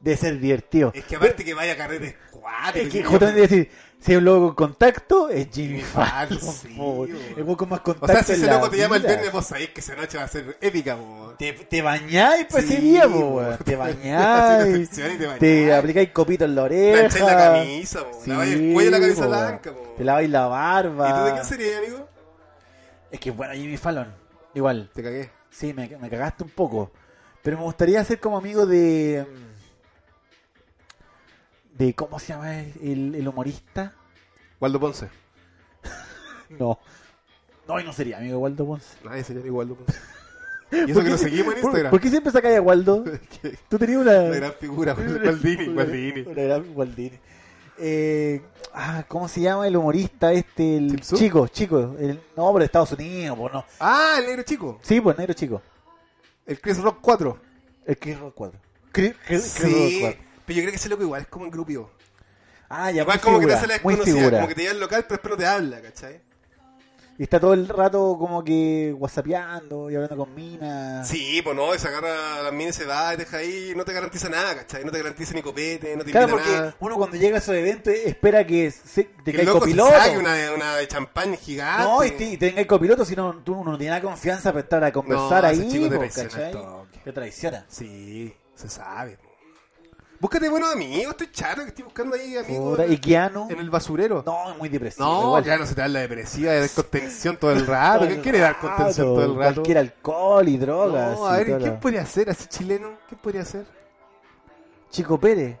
De ser divertido.
Es que aparte que vaya a carretes cuáticos.
Es que
Jimmy
justamente decir, si hay un loco con contacto, es Jimmy
Jimmy
Fallon.
Fallon, sí,
po.
weón.
el loco con más
O
contacto.
sea, si
en
ese
la
loco te llama el
vida.
viernes, vos sabés que esa noche va a ser épica, po.
Te, te bañáis pues
Sí,
ese día, po,
po.
weón.
(laughs) Así
Te
una
bañáis.
sección y te bañáis.
te aplicáis copito en la oreja.
Plancháis la camisa, po. Laváis el cuello y la camisa
po,
blanca,
weón.
po.
Te laváis la barba.
¿Y tú de quién serías, amigo?
Es que bueno, Jimmy Fallon. Igual.
Te cagué.
Sí, me, me cagaste un poco. Pero me gustaría ser como amigo de. mm, de ¿Cómo se llama el- el- el humorista?
Waldo Ponce.
No. No, y no sería amigo de Waldo Ponce.
Nadie sería ni Waldo Ponce. (laughs) Y eso que lo seguimos en Instagram.
¿Por, por qué siempre sacáis
(laughs)
a Waldo?
Que-
Tú tenías una... (laughs)
Una gran figura, Waldini, Waldini.
Una gran Waldini. eh, ah, ¿cómo se llama el humorista este? El
¿Chipsu?
chico, chico. El, no, pero de Estados Unidos, pues no.
Ah, el negro chico.
Sí, pues negro chico.
El Chris Rock 4. Eh,
El Chris Rock 4. Chris, Chris- Chris
Sí,
Rock 4.
pero yo creo que ese loco igual es como un grupio.
Ah, ya,
Igual pues
muy
como que te
figura,
hace la
muy
desconocida,
figura.
como que te lleva al local, pero después no te habla, ¿cachai?
Y está todo el rato como que whatsappeando y hablando con minas.
Sí, pues no, se agarra las minas y se va y deja ahí, no te garantiza nada, ¿cachai? No te garantiza ni copete, no te
Claro,
invita a
porque
nada.
uno cuando llega a esos eventos espera que se, te
Que el
caiga
loco
copiloto.
se saque una, una de champán gigante.
No, y, te- y tenga el copiloto, si no, tú no tienes nada de confianza para estar a conversar
No, ese
ahí,
chico te
po,
traiciona
¿cachai?
al toque.
Te traiciona.
Sí, se sabe. po. Búscate buenos amigos, estoy chato que estoy buscando ahí amigos.
Puta, y Keanu,
En el basurero.
no, es muy depresivo.
No,
igual.
claro, se te da la depresiva, de contención todo
(laughs)
el
Todo
rato.
el
¿Quién quiere dar contención todo el rato?
Cualquier alcohol y drogas.
No,
y
a ver,
todo
¿quién
lo-
podría hacer así chileno? ¿Quién podría hacer?
Chico Pérez.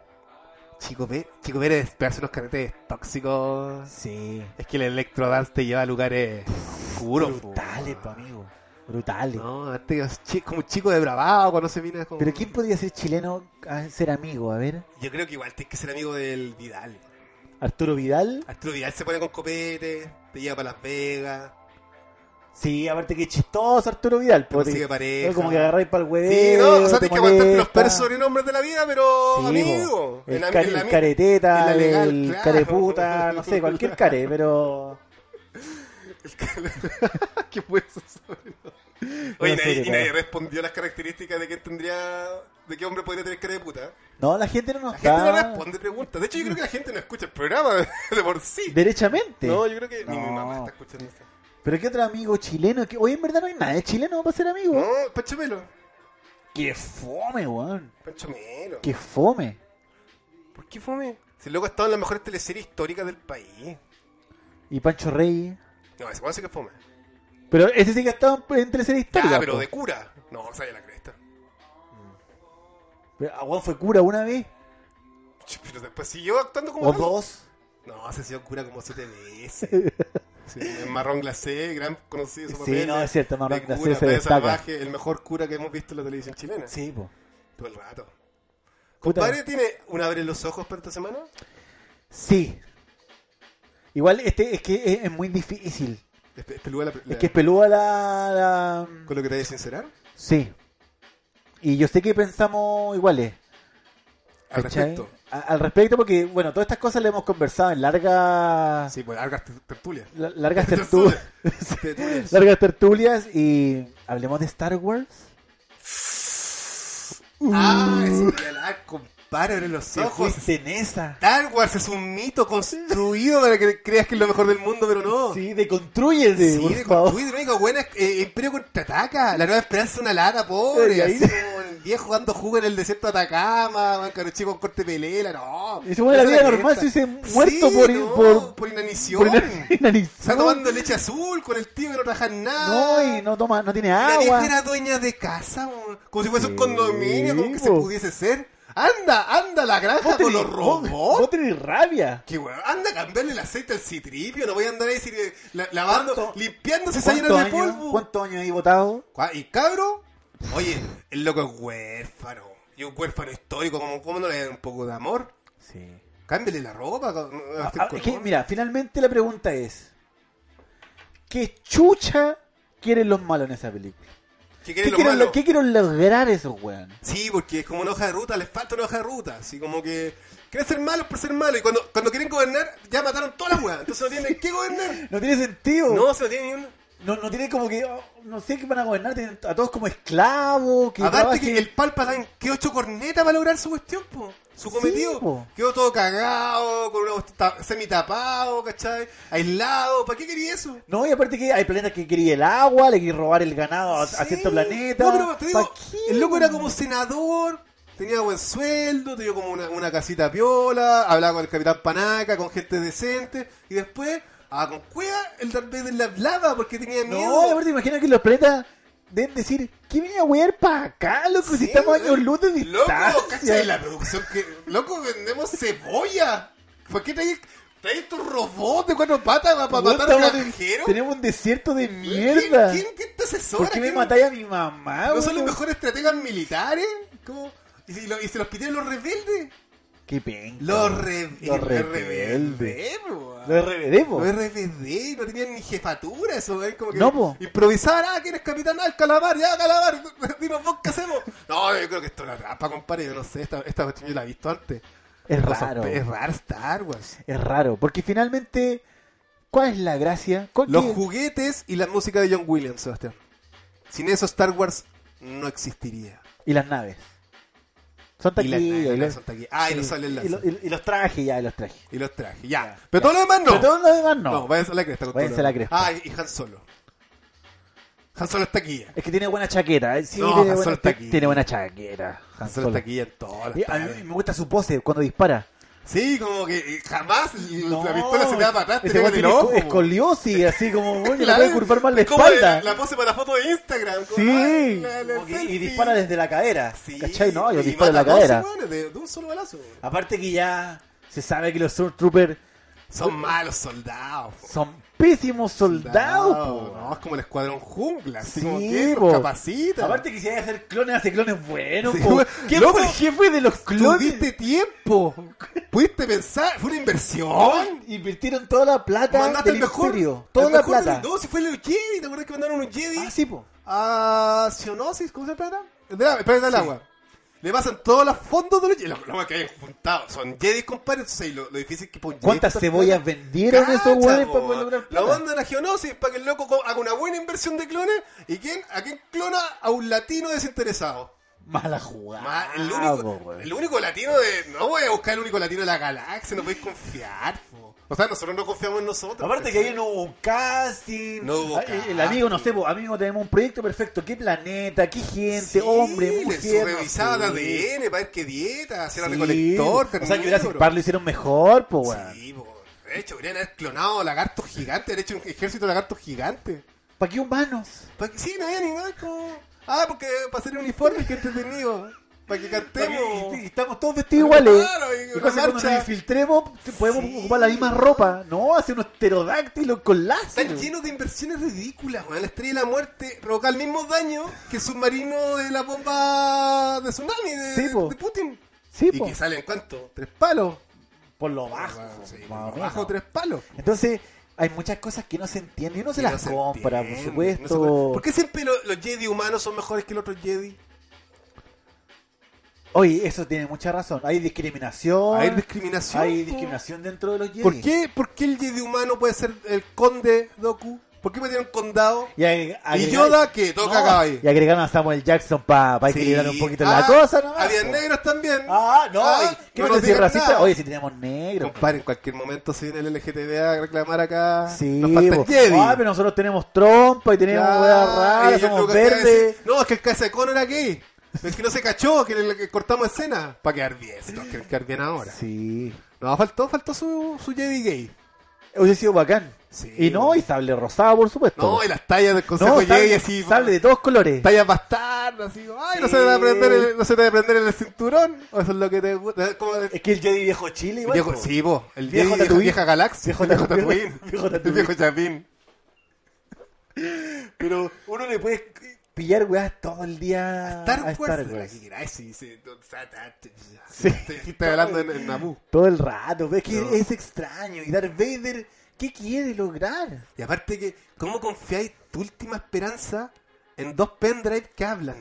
Chico Pérez, Chico Pérez, pegarse los carretes tóxicos.
Sí.
Es que el electrodance te lleva a lugares oscuros. po.
Brutales, po, amigo. Brutales.
No, este es chi- como un chico de bravado cuando se viene como...
Pero ¿quién podría ser chileno a ser amigo? A ver.
Yo creo que igual tienes que ser amigo del Vidal.
Arturo Vidal.
Arturo Vidal se pone con copete, te lleva para Las Vegas,
Sí, aparte que chistoso Arturo Vidal. po,
te consigue
te-
pareja.
Como que agarráis para el hueveo.
Sí, no, o sea, tienes que aguantarte los
molesta.
peores sobrenombres de la vida, pero
Sí,
amigo.
po. El,
en la-
care-
en la-
el careteta,
en la legal,
el
claro.
careputa, no sé, cualquier care, pero.
(laughs) ¿Qué fue eso? Oye,
No sé
nadie-
qué
y nadie
tal.
respondió las características de quién tendría, de qué hombre podría tener cara de puta.
No, la gente no nos
La gente no
da-
responde preguntas. De hecho, yo creo que la gente no escucha el programa (laughs) de por sí.
Derechamente.
No, yo creo que ni mi
No.
mamá está escuchando esto.
Pero qué otro amigo chileno. Que... Hoy en verdad no hay nadie chileno para ser amigo.
No, Pancho Melo.
Qué fome, weón.
Pancho Melo.
Qué fome.
¿Por qué fome? Si el loco ha estado en las mejores teleseries históricas del país.
Y Pancho Rey.
No, ese weón sí que es fome.
Pero ese sí que ha estado en tercera historia.
Ya, pero de cura. No, sale la cresta.
ah, fue cura una vez.
Ch, Pero después siguió actuando como
O
tal.
dos.
No, se sido cura como siete
(laughs)
veces. Sí, el marrón glacé, gran conocido su
Sí,
papel.
no,
de-
es cierto,
de
Marrón Glacé
cura,
se
Playa
destaca.
Salvaje, el mejor cura que hemos visto en la televisión chilena.
Sí, po.
Todo el rato.
Puta.
¿Padre tiene una abre los ojos para esta semana?
Sí. Igual este es que es, es muy difícil.
Es pe- es peluda Este, la, la-
Es que es pelúa la- la...
con lo que te voy a sincerar.
Sí. Y yo sé que pensamos iguales.
Al
¿cachai?
respecto.
A- al respecto, porque, bueno, todas estas cosas las hemos conversado en largas
Sí, pues largas ter- tertulias.
la-
(laughs)
largas, tertulias,
Tertulias.
(laughs) largas tertulias y hablemos de Star Wars.
Ah,
Uh.
es real. Compadre, abre los
Te
ojos.
fuiste en esa.
Star Wars es un mito construido para que creas que es lo mejor del mundo, pero no.
Sí, deconstrúyete,
Sí,
por
de
favor.
Uy, la única buena es eh, Imperio contraataca. La nueva esperanza es una lata, pobre.
Eh, Y ahí-
Así como el viejo jugando jugo en el desierto de Atacama, man, caro chico con corte de pelela, no.
Y se muere la
Esa
vida
es
normal,
cresta.
se dice muerto por-
no,
por-
por inanición.
(laughs) Por la-
Está
inanición.
tomando leche azul con el tío que no trabaja en
No,
nada.
y no toma, no tiene
La vieja
agua.
era dueña de casa, man. como si fuese un
Sí,
condominio, como que se
po.
pudiese ser. Anda, anda a la granja
Vos
con
tenés-
los
vos-
robots.
vos tenés rabia.
Qué weón, anda a cambiarle el aceite al citripio, no voy a andar ahí sir- la- lavando,
¿Cuánto-
limpiando esa llena
¿Cuántos
de
años,
polvo.
¿Cuántos años ahí votado?
Cua- ¿Y cabro? Oye, el loco es huérfano. Y un huérfano histórico, ¿cómo, cómo no le dan un poco de amor?
Sí.
Cámbiale la ropa. co- no-
Ah,
hacer
ah,
color.
que, mira, finalmente la pregunta es: ¿Qué chucha quieren los malos en esa película?
¿Qué
¿Qué,
quiere lo
quieren,
malo?
lo- qué quieren lograr esos weón?
Sí, porque es como una hoja de ruta, les falta una hoja de ruta. Así como que quieren ser malos por ser malos. Y cuando, cuando quieren gobernar, ya mataron toda la weá. Entonces no tienen que gobernar.
No tiene sentido. No,
No, se no tiene ni un...
no, tiene como que. oh, no sé qué van a gobernar. Tienen a todos como esclavos. Que
Aparte
trabajen.
que el Palpatine quedó hecho corneta para lograr su cuestión, po, su cometido.
po.
Quedó todo cagado, con una cuestión ta- semitapado, ¿cachai? Aislado. ¿Para qué quería eso?
No, y aparte que hay planetas que quería el agua, le quería robar el ganado a, a
Sí.
cierto planeta.
No, pero te digo,
¿Pa' qué,
el loco era
weón?
como senador, tenía buen sueldo, tenía como una, una casita piola, hablaba con el capitán Panaca, con gente decente, y después, ah, con cueva, el Darth Vader le hablaba porque tenía miedo.
No, y aparte imagino que los planetas deben decir: ¿Qué viene a wear para acá, loco? si
Sí,
estamos
weón.
años luz de distancia.
Loco, ¿cachai? La producción que. Loco, vendemos cebolla. ¿Por qué traes, traes tu robot de cuatro patas para
Weón,
matar a un
estamos en-
granjero?
Tenemos un desierto de
¿Quién-
mierda.
¿Quién, quién te asesora?
¿Por qué me
¿Quién-
matáis a mi mamá?
¿No son los
weón?
mejores estrategas militares? ¿Cómo? ¿Y, si lo- y se los pidieron los rebeldes?
Qué penca.
Los
weón.
re-
Los
el
rebeldes.
weón.
Los rebeldes, po.
Los RBD, no tenían ni jefatura eso, ¿eh? como que
No, po.
improvisar, ah, ¿quién es capitán? Ah, el calamar, ya, calamar, (laughs) dinos vos qué hacemos. No, yo creo que esto es una trampa, compadre, yo no sé, esta, esta cuestión yo la he visto antes.
Es
No,
raro.
sospe- Es raro Star Wars.
Es raro. Porque finalmente, ¿cuál es la gracia? ¿Cuál-
Los
qué-
juguetes y la música de John Williams, Sebastián. Sin eso Star Wars no existiría.
Y las naves. Son
Y las
taquillas.
naves,
y
las
los-
son taquillas. Ah, y los
sí,
salen las-
y lo- y- y los trajes, ya, y los trajes.
Y los trajes, ya. Pero todo lo demás no.
Pero todo lo demás no.
No, váyanse a la cresta. con
Váyanse
todo lo
a la
demás.
cresta.
Ah, y Han Solo. Han Solo está aquí ya.
Es que tiene buena chaqueta. eh. Sí,
No,
tiene,
Han
buena,
Solo está aquí.
tiene buena chaqueta. Han
Han
Solo.
Solo está aquí en todas las
Y a mí
tardes.
me gusta su pose cuando dispara.
Sí, como que eh, jamás
No,
la pistola se te da para atrás, te
ese
pega en
weón
el
tiene
ojo.
esco- escoliosis, así como,
(laughs)
bueno, le
Claro,
puede curvar más la
es como
espalda.
La, la pose para la foto de Instagram. como,
Sí.
ay, la- la
Como que-
selfie.
y dispara desde la cadera.
Sí,
¿Cachai? No, yo
y
disparo
mata
de la
a 12
cadera.
hueones De, de un solo balazo.
Aparte que ya se sabe que los Stormtroopers
Son malos soldados. po.
son pésimos soldados.
Soldados,
po.
No, es como el escuadrón jungla. Así
Sí,
como que
po.
los capacita.
Aparte que si hay que hacer clones, hace clones buenos.
Sí,
po.
bueno,
¿Quién
loco,
fue el jefe de los clones?
tuviste tiempo. Pudiste pensar. Fue una inversión.
Invirtieron toda la plata
Mandaste
del
el mejor.
imperio.
el
Toda la
mejor de
plata.
los dos, si fue el Jedi. ¿Te acuerdas que mandaron un Jedi?
Ah, sí, po.
a Sionosis, ¿cómo se llama? El del- El planeta del agua. Le pasan todos los fondos de los Jedi. Los los que hayan juntado. Son Jedi, compadre. Entonces, ahí lo, lo difícil que pone
¿Cuántas cebollas vendieron esos hueones para poder lograr
Lo
plata?
mandan a Geonosis para que el loco co- haga una buena inversión de clones. ¿Y quién, a quién clona? A un latino desinteresado.
Mala jugada.
Ma- el,
po,
único,
weón.
el único latino de. No voy a buscar el único latino de la galaxia. No podéis confiar. po. O sea, nosotros no confiamos en nosotros.
Aparte que ahí no hubo casting.
No hubo
Ah, el- El amigo, no sé, po, amigo, tenemos un proyecto perfecto. ¿Qué planeta? ¿Qué gente? Este hombre, mujer. no
revisaba
sé.
la ADN para ver qué dieta, si era
Sí.
recolector,
O sea, que
carnívoro.
Jurassic Park lo hicieron mejor, po, weón.
Sí, po. De hecho, deberían haber clonado lagartos gigantes, haber hecho un ejército de lagartos gigantes.
¿Para qué humanos?
Pa' que- Sí, no había ni nada como. Ah, porque para hacer uniforme, que entretenido. Para que cantemos.
Y- y- y Estamos todos vestidos iguales.
Claro, y
Y
una
cosa, cuando
marcha.
nos infiltremos, podemos
Sí.
ocupar la misma ropa. No, hace unos pterodáctilos con láser.
Están llenos de inversiones ridículas, weón. La estrella de la muerte provoca el mismo daño que el submarino de la bomba de tsunami de,
Sí, po.
de Putin.
Sí,
y
po.
que salen cuánto? ¿Tres palos?
Por lo bajo.
Sí,
más
por
o
lo
menos.
bajo tres palos.
Entonces, hay muchas cosas que no se entienden. Y uno se
Que
las
no se
compra,
entiende,
por supuesto.
no se puede- ¿Por qué siempre lo- los Jedi humanos son mejores que los otros Jedi?
Oye, eso tiene mucha razón. Hay discriminación.
Hay discriminación.
Hay
po.
discriminación dentro de los Jedi.
¿Por qué, ¿Por qué el Jedi humano puede ser el conde Doku? ¿Por qué metieron condado?
Y, agreg- agregar-
¿Y Yoda que Toca acá ahí.
Y agregaron a Samuel Jackson para
Sí.
equilibrar un poquito
Ah,
la cosa. ¿no?
Habían negros también.
Ah, no.
Ah,
¿y
no
¿Qué me
nos
decís
digan
racista?
nada.
Oye, si tenemos negros.
Compadre, en cualquier momento se viene el LGTB a reclamar acá.
Sí,
Nos falta el
po.
Jedi.
Ah, pero nosotros tenemos trompa y tenemos
Claro,
weas
y
raras,
ellos
somos
lo que hacen es
verdes.
decir, No, es que el caso de Cono era gay. Es que no se cachó, que le, le cortamos escena. Para quedar bien, si nos quieren quedar bien ahora.
Sí.
No, faltó, faltó su, su Jedi gay.
Hubiese sido bacán.
Sí.
Y no, y sable rosado, por supuesto.
No, y las tallas del
No,
consejo Jedi
sable,
así.
sable de todos colores.
Tallas bastardas, así. como, Ay, no,
Sí.
se te va a prender el, no se te va a prender el cinturón. O eso es lo que te gusta. Como el,
Es que el Jedi viejo Chile, igual.
viejo,
po.
sí, vos. El
Viejo
Jedi vieja,
Tatooine.
vieja galaxia.
Viejo
el viejo
Tatooine.
Tatooine.
Viejo
El
Tatooine.
viejo chapín.
Pero uno le puede pillar weas todo el día
Star Wars.
Star
la
Wars.
que queráis, sí, sí, no, sa- ta- ta-
Sí.
Estoy
(laughs)
estoy hablando en, en Naboo.
Todo el rato, ves que
No.
es extraño. Y Darth Vader, ¿qué quiere lograr?
Y aparte que, ¿cómo confiáis tu última esperanza en dos pendrive que hablan?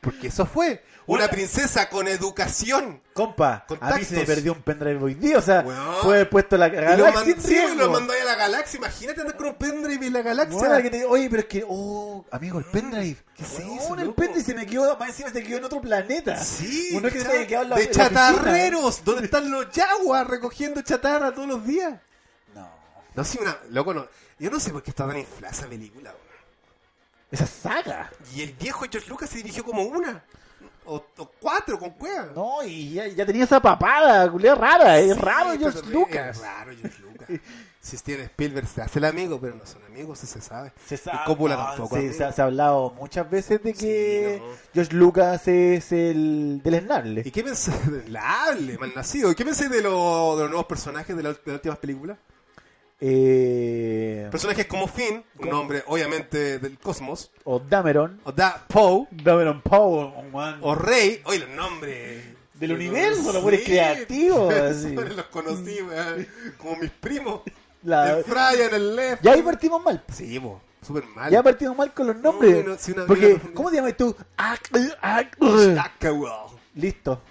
Porque eso fue una
Una-
princesa con educación.
Compa, a mí
Contactos.
se me perdió un pendrive hoy día, o sea,
Weón.
puede haber puesto la
Y lo,
galaxia
mandé
en riesgo.
lo mandó ahí a la galaxia. Imagínate andar con un pendrive en la
No,
galaxia.
la que te- Oye, pero es que, oh, amigo, el pendrive.
¿qué es
Weón,
eso,
el
loco?
pendrive se me quedó, más encima se quedó en otro planeta.
Sí,
Uno que se
cha-
había quedado en la-
de
en la
chatarreros, donde están los yaguas recogiendo chatarra todos los días.
piscina. No,
No, sí, una, loco, no. Yo no sé por qué está tan inflada esa película. weón.
esa saga.
Y el viejo George Lucas se dirigió como una. O, o cuatro con cueva.
No, y ya, ya tenía esa papada, culia rara, es
Sí,
raro
pero
George
es
Lucas.
raro George Lucas. si Steven Spielberg se hace el amigo, pero no son amigos, eso se sabe. Y Coppola
no,
tampoco.
Ah, sí,
amigo.
se, ha- se ha hablado muchas veces de que
Sí, no.
George Lucas es el del
¿Y
Snarle.
qué pensás de la hable, mal nacido? ¿Y qué pensás de, lo- de los nuevos personajes de, la- de las últimas películas?
Eh,
Personajes como Finn, un hombre obviamente del cosmos,
o Dameron.
o Da Poe,
Dameron Powell, un man.
o Rey, oye los nombres.
Del
Sí,
universo, los
sí.
buenos
(laughs)
creativos. así.
los conocí, weón. Como mis primos.
La-
El Brian, el Left.
Ya ahí partimos mal.
Sí, bo. Súper mal.
Ya partimos mal con los nombres.
no, si una
porque,
amiga nos-
¿cómo te llamas tú? Ac- eh, ac- eh.
Chaca, weón.
Listo.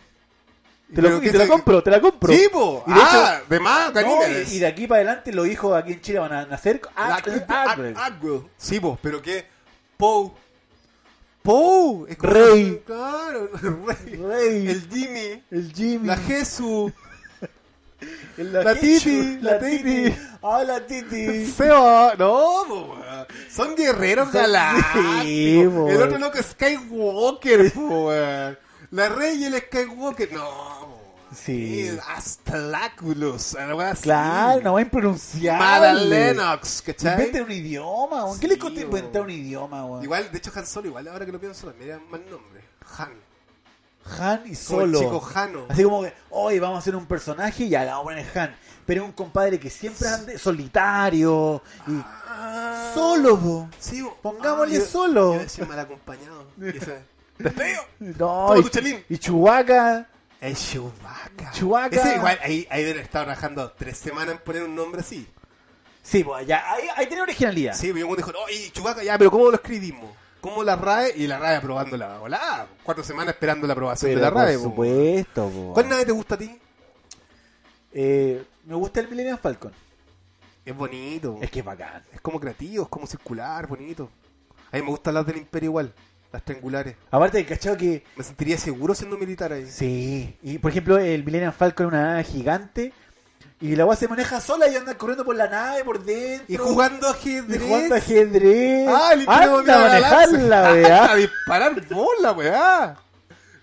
Te
Pero
lo, y
que
te lo
se-
compro, te la compro.
Sí, po.
Y de
ah, de más,
hecho, no,
caníbales.
y, y de aquí para adelante los hijos aquí en Chile van a nacer. con-
La-
ac- eh,
Ag-
ac-
Agro. Sí, po, pero qué. Pou. Pou. Es como-
Rey.
Claro, (laughs) rey.
Rey.
El Jimmy.
El Jimmy.
La Jesús.
el
la
Jechu,
Titi,
La
la
Titi.
Titi.
Ah, la
(laughs)
Titi.
Seba, no, po, weón. son guerreros
Son-
galácticos.
Sí, po,
el
weón.
otro loco es Skywalker, po, weón. La rey y el Skywalker, no, po, weón.
Sí.
El Astaláculos, algo así.
Claro, no va a impronunciar.
Mara Lennox, ¿cachai?
Inventen un idioma, weón. ¿Qué
Sí,
le cuesta
weón.
inventar un idioma, weón?
Igual, de hecho, Han Solo, igual, ahora que lo pienso, también era un mal nombre. Han.
Han y
Como el
solo.
chico Jano.
Así como que, hoy vamos a hacer un personaje y ya la vamos a poner Han. Pero es un compadre que siempre anda solitario y
Ah.
solo, po.
Sí, po.
Pongámosle
Ah, yo-
solo.
Yo decía mal acompañado. Y ese- ¡Te veo!
No,
Toma
y,
tu chelín.
y Chewbacca.
El Chewbacca.
Chewbacca.
Ese igual, ahí, ahí deben estar trabajando tres semanas en poner un nombre así.
Sí, pues ya, ahí, ahí tiene originalidad.
Sí, pero yo dijo, oye, Chewbacca, ya, pero ¿cómo lo escribimos? ¿Cómo la RAE? Y la RAE aprobando la volá. Cuatro semanas esperando la aprobación
pero
de la
por
RAE. po.
supuesto, po.
¿Cuál nave te gusta a ti?
Eh, me gusta el Millennium Falcon.
Es bonito.
Es que es bacán.
Es como creativo, es como circular, bonito. A mí me gustan las del Imperio igual, las triangulares.
Aparte del cachado que
Me sentiría seguro siendo militar ahí.
Sí, y por ejemplo, el Millennium Falcon es una nave gigante y la weá se maneja sola y anda corriendo por la nave, por dentro.
Y jugando
y
ajedrez.
jugando ajedrez.
Ah, el Imperio
anda
domina
a
la
manejarla,
galaxia.
weá.
(laughs) A disparar bola, weá.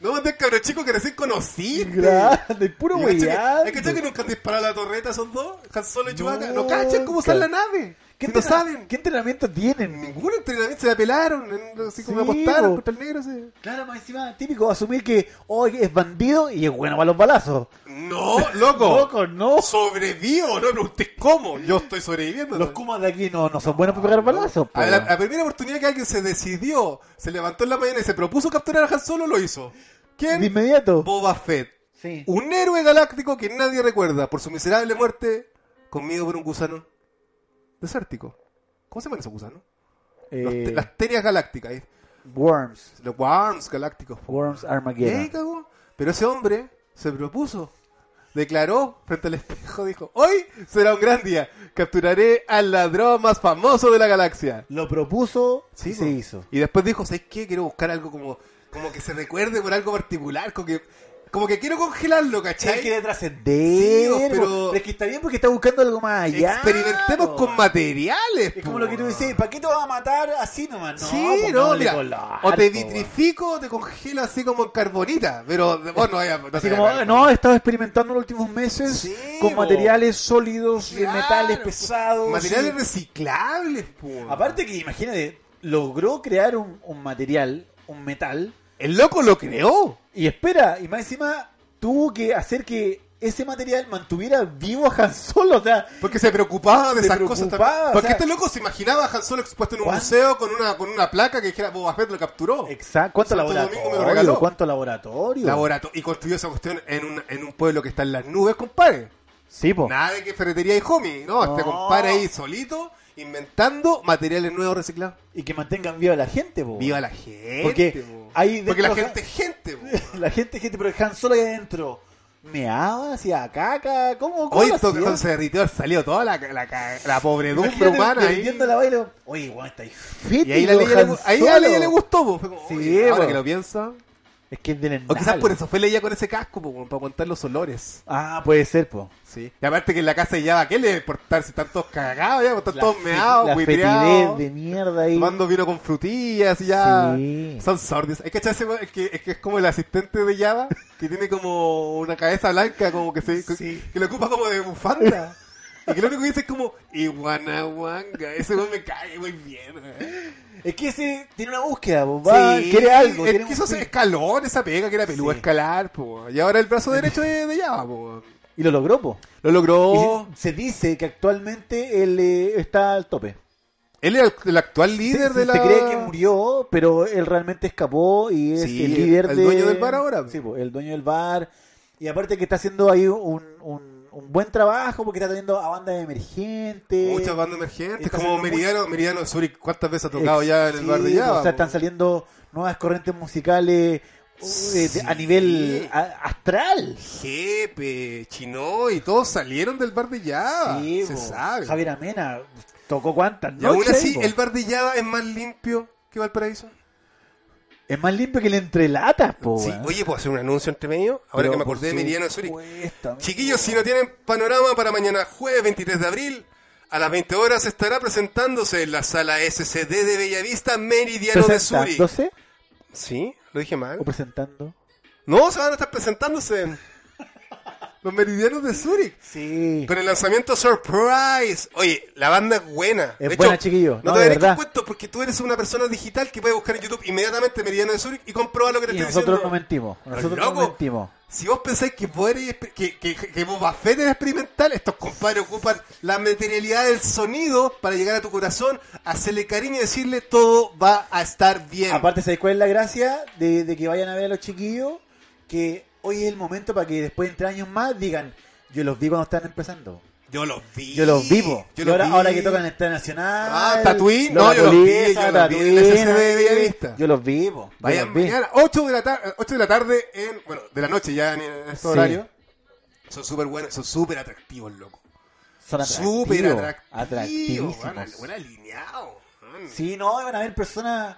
No mames, cabrón chico que recién conociste.
Grande, puro
Y cacha
weá.
este que- ¿Hay cachado que nunca han disparado la torreta esos dos? Han Solo y Chewbacca. No,
Nunca.
cachan cómo usar la nave.
¿Qué,
Si no
entrena-
saben.
¿Qué entrenamiento tienen?
Ningún entrenamiento se la pelaron. en- Así como
Sí,
apostaron
po.
contra el negro. así.
Claro, más encima, típico, asumir que hoy es bandido y es bueno para los balazos.
No, loco.
Loco, no.
Sobrevivo, no me preguntes cómo. Yo estoy sobreviviendo.
Los Kumas de aquí no, no son buenos para pegar balazos. pues. po.
A la, a primera oportunidad que alguien se decidió, se levantó en la mañana y se propuso capturar a Han Solo, lo hizo. ¿Quién?
De inmediato.
Boba Fett.
Sí.
Un héroe galáctico que nadie recuerda por su miserable muerte, comido por un gusano desértico. ¿Cómo se llaman esos gusanos? Los te-
Eh,
las terias galácticas. eh.
Worms.
Los worms galácticos. po.
Worms
Y
Armageddon.
ahí cagó. Pero ese hombre se propuso. Declaró frente al espejo, dijo, hoy será un gran día. Capturaré al ladrón más famoso de la galaxia.
Lo propuso
Sí,
y se
po.
hizo.
Y después dijo, ¿sabes qué? Quiero buscar algo como, como que se recuerde por algo particular, como que, como que quiero congelarlo, ¿cachai?
Él quiere trascender,
Sí,
po.
pero-
pero... es que está bien porque está buscando algo más allá.
Experimentemos
po.
con materiales.
Es
po.
como lo que tú dices, ¿para qué te vas a matar así nomás? No,
sí,
po,
no,
ponle
mira,
color,
o te
po,
vitrifico o te congelo así como en carbonita, pero vos no vayas- no
Así
te
como,
vayas-
no, he estado experimentando los últimos meses
Sí,
con
po.
materiales sólidos, y
Claro,
metales pesados.
Materiales
sí.
reciclables, po.
Aparte que, imagínate, logró crear un, un material, un metal,
el loco lo creó.
y espera, y más encima tuvo que hacer que ese material mantuviera vivo a Han Solo, o sea...
Porque se preocupaba de
Se
esas cosas
preocupaba,
también.
o
Porque
sea-
este loco se imaginaba a Han Solo expuesto en un
¿Cuán-
museo con una, con una placa que dijera Boba Fett lo capturó.
Exacto. ¿Cuánto
Santo Domingo me lo
laboratorio?
regaló.
¿Cuánto laboratorio?
Laborato- y construyó esa cuestión en un, en un pueblo que está en las nubes, compadre.
Sí, po.
Nada de que ferretería y homie. No, este
No.
compadre ahí solito, inventando materiales nuevos reciclados.
Y que mantengan viva la gente, po.
Viva la gente.
Oh. Porque
po.
ahí
Porque la
dentro-
gente es gente. po.
la gente, gente, pero Han Solo ahí adentro. Meaba, hacía caca, ¿cómo? (laughs) cómo
Hoy
lo
esto
hacía?
cuando se derritió, salió toda la, la, la, pobredumbre
Imagínate
humana ahí.
vendiendo la baile. Oye, weón, está ahí fit,
Y ahí la
po,
ley ya le,
Han
gu- ahí a la
Solo.
ley le gustó, po. Fue como,
Sí,
"Oye, ahora
po.
que lo piensa.
Es que es del
O quizás
Nal.
por eso fue Leia con ese casco, po, como para aguantar los olores.
Ah, puede ser, po.
Sí. Y aparte que en la casa ya, ¿a qué le va a importar si están todos cagados ya? pues, Están
La
todos
fe-
meados,
La fetidez
cuitreados,
de mierda ahí.
tomando vino con frutillas y ya.
Sí.
Son sordios. Es que, echarse- es que es que es como el asistente de Java, que tiene como una cabeza blanca, como que se que-
Sí.
que lo ocupa como de bufanda. y que lo único que dice es como, Iguanahuanga. Ese güey me cae muy bien. eh.
Es que ese tiene una búsqueda, po. Va, quiere algo.
Es
tiene
que
un
eso se
fin.
escaló esa pega que era peludo
Sí.
escalar, po. Y ahora el brazo derecho de, de Java, po.
Y lo logró, po.
Lo logró.
Y se, se dice que actualmente él eh, está al tope.
Él era el, el actual líder
se,
de la.
se cree que murió, pero él realmente escapó y es
Sí,
el líder
el
de-
dueño del bar ahora.
Sí, pues, el dueño del bar. Y aparte que está haciendo ahí un, un- un buen trabajo porque está teniendo a bandas emergentes.
Muchas bandas emergentes,
está
como
haciendo
Meridiano, Meridiano del Sur, ¿y ¿cuántas veces ha tocado ya en el
Sí, pues,
bar de pues. Java?
O sea,
po?
están saliendo nuevas corrientes musicales uh, de- de- a nivel a- astral.
Jepe, Chino y todos salieron del bar de Java.
Sí,
Ah, se
po.
sabe.
Javier Amena tocó cuántas
y aún
noches, pues.
así,
po.
el bar de Java es más limpio que Valparaíso.
Es más limpio que el entrelatas, po.
Sí,
weón.
oye, ¿puedo hacer un anuncio entre medio? Ahora
Oh, Pero
que me
por
acordé de Meridiano del Sur. y-
supuesto, amigo.
Chiquillos, si no tienen panorama para mañana jueves 23 de abril, a las 20 horas estará presentándose en la sala SCD de Bellavista Meridiano de Suri.
¿Presentándose
¿Sí? ¿Lo dije mal?
o presentando?
No, se van a estar presentándose en los Meridianos de Zurich.
Sí.
Con el lanzamiento Surprise. Oye, la banda es buena.
Es buena, chiquillo.
No,
No,
te
de
daré
verdad.
cuento porque tú eres una persona digital que puede buscar en YouTube inmediatamente Meridiano de Zurich y comprobar lo que te
Y
estoy
nosotros no
diciendo.
mentimos. Nosotros no
loco?
mentimos.
Si vos pensáis que poder y espe- que, que, que Boba Fett es experimental, estos compadres ocupan la materialidad del sonido para llegar a tu corazón, hacerle cariño y decirle todo va a estar bien.
Aparte, ¿sabes cuál es la gracia de, de que vayan a ver a los chiquillos? Que hoy es el momento para que después de tres años más digan, yo los vi cuando estaban empezando.
yo los vi.
Yo los vivo.
Yo
y
los
ahora,
vi.
ahora que tocan en Estadio Nacional.
Ah, Tatuín, no,
Lola
yo los vi,
Puliza,
yo los vi en el
Tatuín,
SCD de Bellavista.
Yo los vi, po. Yo
Vayan
los vi.
mañana, 8 de, la tar- 8 de la tarde, en, bueno, de la noche ya en, en este
Sí.
horario. Son súper buenos, son súper atractivos, loco.
Son atractivos.
Súper atractivos. Van,
Atractivísimos.
buen alineado. man.
Sí, no, van a haber personas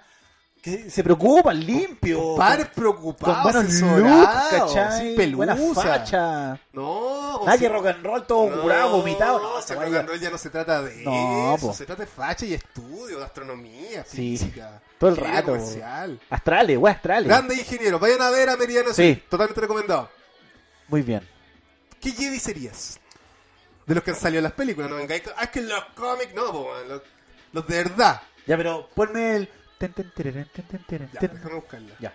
que se preocupan, limpio.
Par
con,
preocupado,
con buenos looks,
asesorado,
¿cachai?
sin
Buena
pelusa.
facha.
No, sí.
Nadie rock and roll, todo curado, vomitado. No,
ese
se
rock and roll ya no se trata de
No,
eso.
po.
Se trata de facha y estudio, de astronomía,
Sí,
física.
(laughs) todo el
ingeniería
rato, po.
comercial.
Astrales, güey, astrales.
Grande ingeniero, vayan a ver a Meridiano
Sí.
Sur, Totalmente recomendado.
Muy bien.
¿Qué Jedi serías? De los que han salido en las películas, no vengáis. con- Ah, es que los cómics no, po, man, los, los de verdad.
Ya, pero ponme el. ten, ten, tererén, ten, ten, tererén,
Ya,
ten.
déjame buscarla.
Ya.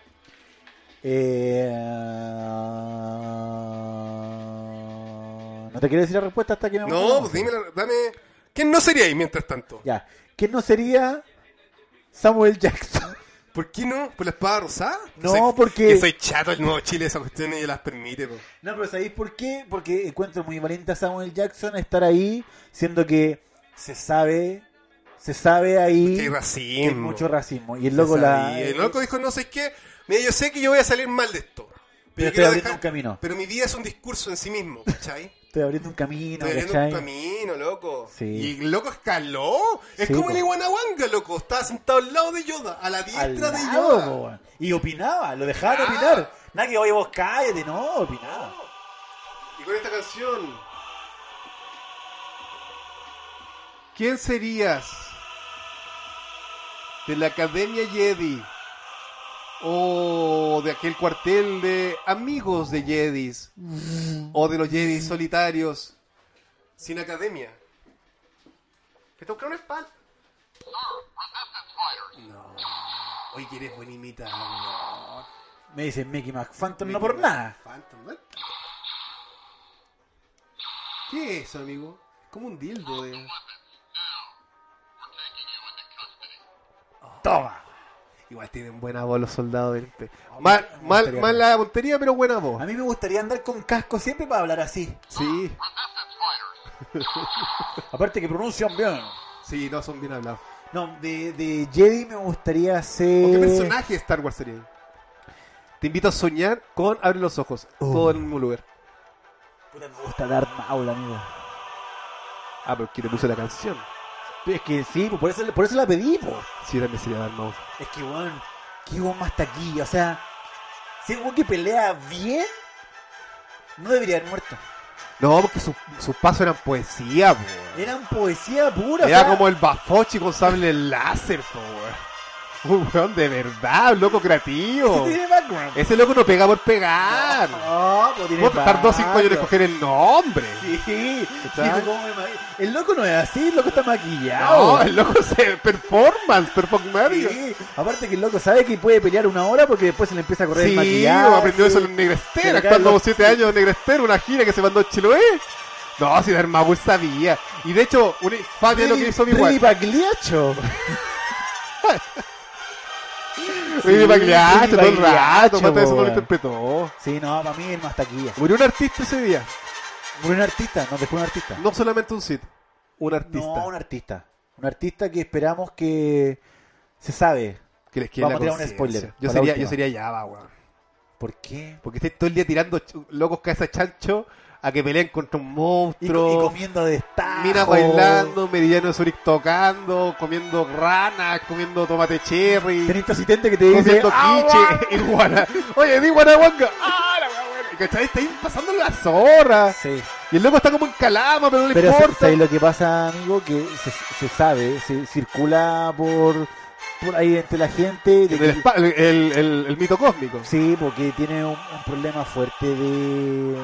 Eh, No te quiero decir la respuesta hasta que me
No, pues dime, dame. ¿Quién no sería ahí mientras tanto?
Ya. ¿Quién no sería Samuel Jackson?
¿Por qué no? ¿Por la espada rosada?
No,
Soy-
porque-
Que soy chato el nuevo Chile, esas cuestiones y las permite, pues. po.
No, pero ¿sabéis por qué? Porque encuentro muy valiente a Samuel Jackson estar ahí, siendo que se sabe, se sabe ahí
Qué
que hay
racismo.
mucho racismo. Y el
Se
loco la...
sabía. El loco dijo, no sé qué. Mira, yo sé que yo voy a salir mal de esto.
Pero
yo
estoy
quiero
abriendo un camino.
Pero mi vida es un discurso en sí mismo,
(laughs)
¿cachai?
Estoy abriendo un camino,
Estoy abriendo un
¿cachai?
camino, loco.
Sí.
Y el loco escaló. Es
Sí,
como
po.
el Iguanahuanga, loco. Estaba sentado al lado de Yoda, a la
Al
diestra de
lado,
Yoda.
po, weón. y opinaba, lo dejaba
Ah.
de opinar. Nada que oye vos cállate, no, opinaba.
Y con esta canción. ¿Quién serías de la Academia Jedi o de aquel cuartel de amigos de Jedis o de los Jedis solitarios sin academia? Que toca una espalda. No. Hoy quieres buen imitador.
Me dicen Mickey McPhantom no por nada.
Phantom, ¿eh? ¿Qué es eso, amigo? Como un dildo, eh.
Toma.
Igual tienen buena voz los soldados del este. Mal, mal, mal la puntería, pero buena voz.
A mí me gustaría andar con casco siempre para hablar así.
Sí,
Aparte que pronuncian bien.
sí, no son bien hablados.
No, de, de Jedi me gustaría
¿O
hacer...
qué personaje de Star Wars sería? Te invito a soñar con Abre los ojos,
Oh.
todo en el mismo lugar.
Puta, me gusta Darth Maul, amigo.
Ah, pero quiero puse la canción.
Es que sí, por eso, por eso la pedí, po.
Sí, también sería Darth Maul.
Es que, weón, qué weón más taquilla. O sea, si es un weón que pelea bien, no debería haber muerto.
No, porque sus sus pasos eran poesía, po.
Eran poesía pura. o
Era
sea,
como el Bafochi con sable láser, po, weón. Un weón de verdad, un loco
¿Qué
creativo.
(laughs) tiene background?
Ese loco no pega por pegar.
No, pues tiene
Vos tardó cinco años en
background.
escoger el nombre.
Sí,
¿Cachai?
dijo, ¿cómo me ma- el loco no es así, el loco está maquillado.
No, el loco se performance, performance Mario.
Sí, Aparte que el loco sabe que puede pelear una hora porque después se le empieza a correr el
Sí,
maquillaje.
aprendió eso en
Se
Negrester,
le caen
actuando
los-
siete años en Negrester, una gira que se mandó en Chiloé. No, si Darmabul sabía. Y de hecho, una infamia es lo que hizo mi guay. (laughs)
Pagliaccio.
Billy Pagliaccio, todo el
Billy Pagliaccio,
rato. Falta de eso no lo
weón.
interpretó.
Sí, no, para mí él no está aquí ya.
Murió un artista ese día.
Murió un artista, nos dejó un artista.
No solamente un Sid. Un artista.
No, un artista. Un artista que esperamos que se sabe.
Que les quede
Vamos
la
a tirar
conciencia.
un spoiler,
Yo
para la
sería,
última.
yo sería Java, weón.
¿Por qué?
Porque estáis todo el día tirando ch- locos cabeza chancho a que peleen contra un
Y,
monstruo.
y comiendo de Oh. estajo.
Minas bailando, Meridiano de Zurich tocando, comiendo ranas, comiendo tomate cherry,
Tenés tu asistente que te dice.
comiendo
"Ah,
(laughs) quiche, iguana. Oye, di guanahuanga. ¡Ah, la wea buena! Y ¿Cachai? Está ahí pasando la (laughs) zorra.
Sí.
Y el loco está como en calama, pero no le
Pero
importa.
¿sabes lo que pasa, amigo? Que se, se sabe, se circula por, por ahí entre la gente. De
El,
que-
espa- el- el- el- el mito cósmico.
Sí, porque tiene un, un problema fuerte de,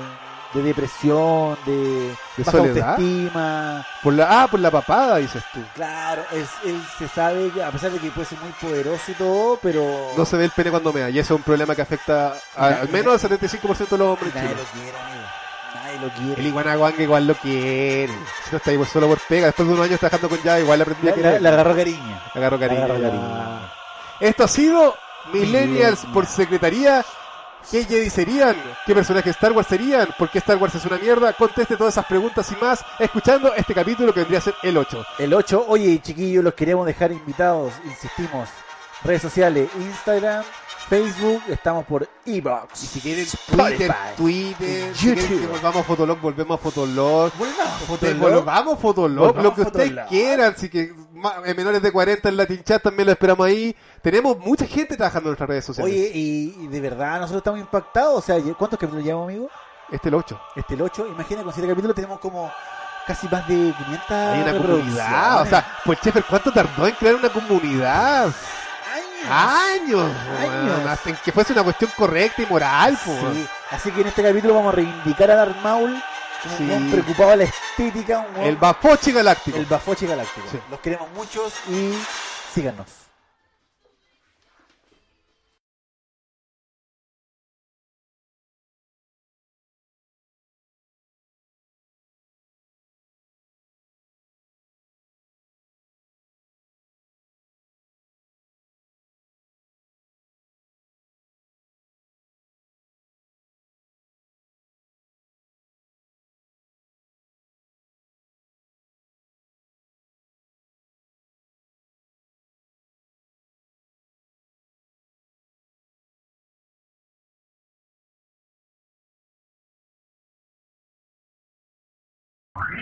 de depresión, de, baja
soledad?
autoestima.
Por la, ah, por la papada, dices tú.
Claro, es, él se sabe, que, a pesar de que puede ser muy poderoso y todo, pero
No se ve el pene cuando mea, y eso es un problema que afecta a-
Nadie-
al menos al 75% de los hombres
nadie
chinos.
lo quiere, amigo. Nadie lo
El
quiere.
Iguanahuanga igual lo quiere. Si no está ahí solo por pega, después de unos años trabajando con ya, igual aprendí a
La, la-
querer.
la agarró cariño.
Agarro
La
cariño.
agarró
ya.
cariño.
Esto ha sido Millennials
Millennials.
por Secretaría. ¿Qué Jedi serían? ¿Qué personajes Star Wars serían? ¿Por qué Star Wars es una mierda? Conteste todas esas preguntas y más escuchando este capítulo que vendría a ser el 8.
El 8, oye chiquillos, los queremos dejar invitados, insistimos. Redes sociales, Instagram, Facebook, estamos por Ebox.
Y si quieren
Spotify.
Twitter, Twitter, si
YouTube.
quieren que volvamos a Fotolog, volvemos a Fotolog.
Volvamos,
Ustedes
Fotolog.
Volvamos a Fotolog,
Volvamos
lo que
a
ustedes
Fotolog.
quieran. Así que ma- eh, menores de 40 en Latin Chat también lo esperamos ahí. Tenemos mucha gente trabajando en nuestras redes sociales.
Oye, y, y de verdad, nosotros estamos impactados. O sea, ¿cuántos capítulos llevamos, amigo?
este el 8.
Este, el 8. Imagina, con 7 capítulos tenemos como casi más de 500
Hay una comunidad. O
reproducciones.
sea, pues Chefer, ¿cuánto tardó en crear una comunidad?
Años.
Años.
Años.
weón, hasta en que fuese una cuestión correcta y moral. pues. po, weón.
Sí, Así que en este capítulo vamos a reivindicar a Darth Maul, como
Sí.
un weón preocupado de la estética, un weón-
El Bafoche Galáctico.
el Bafoche Galáctico.
Sí.
Los queremos muchos y síganos.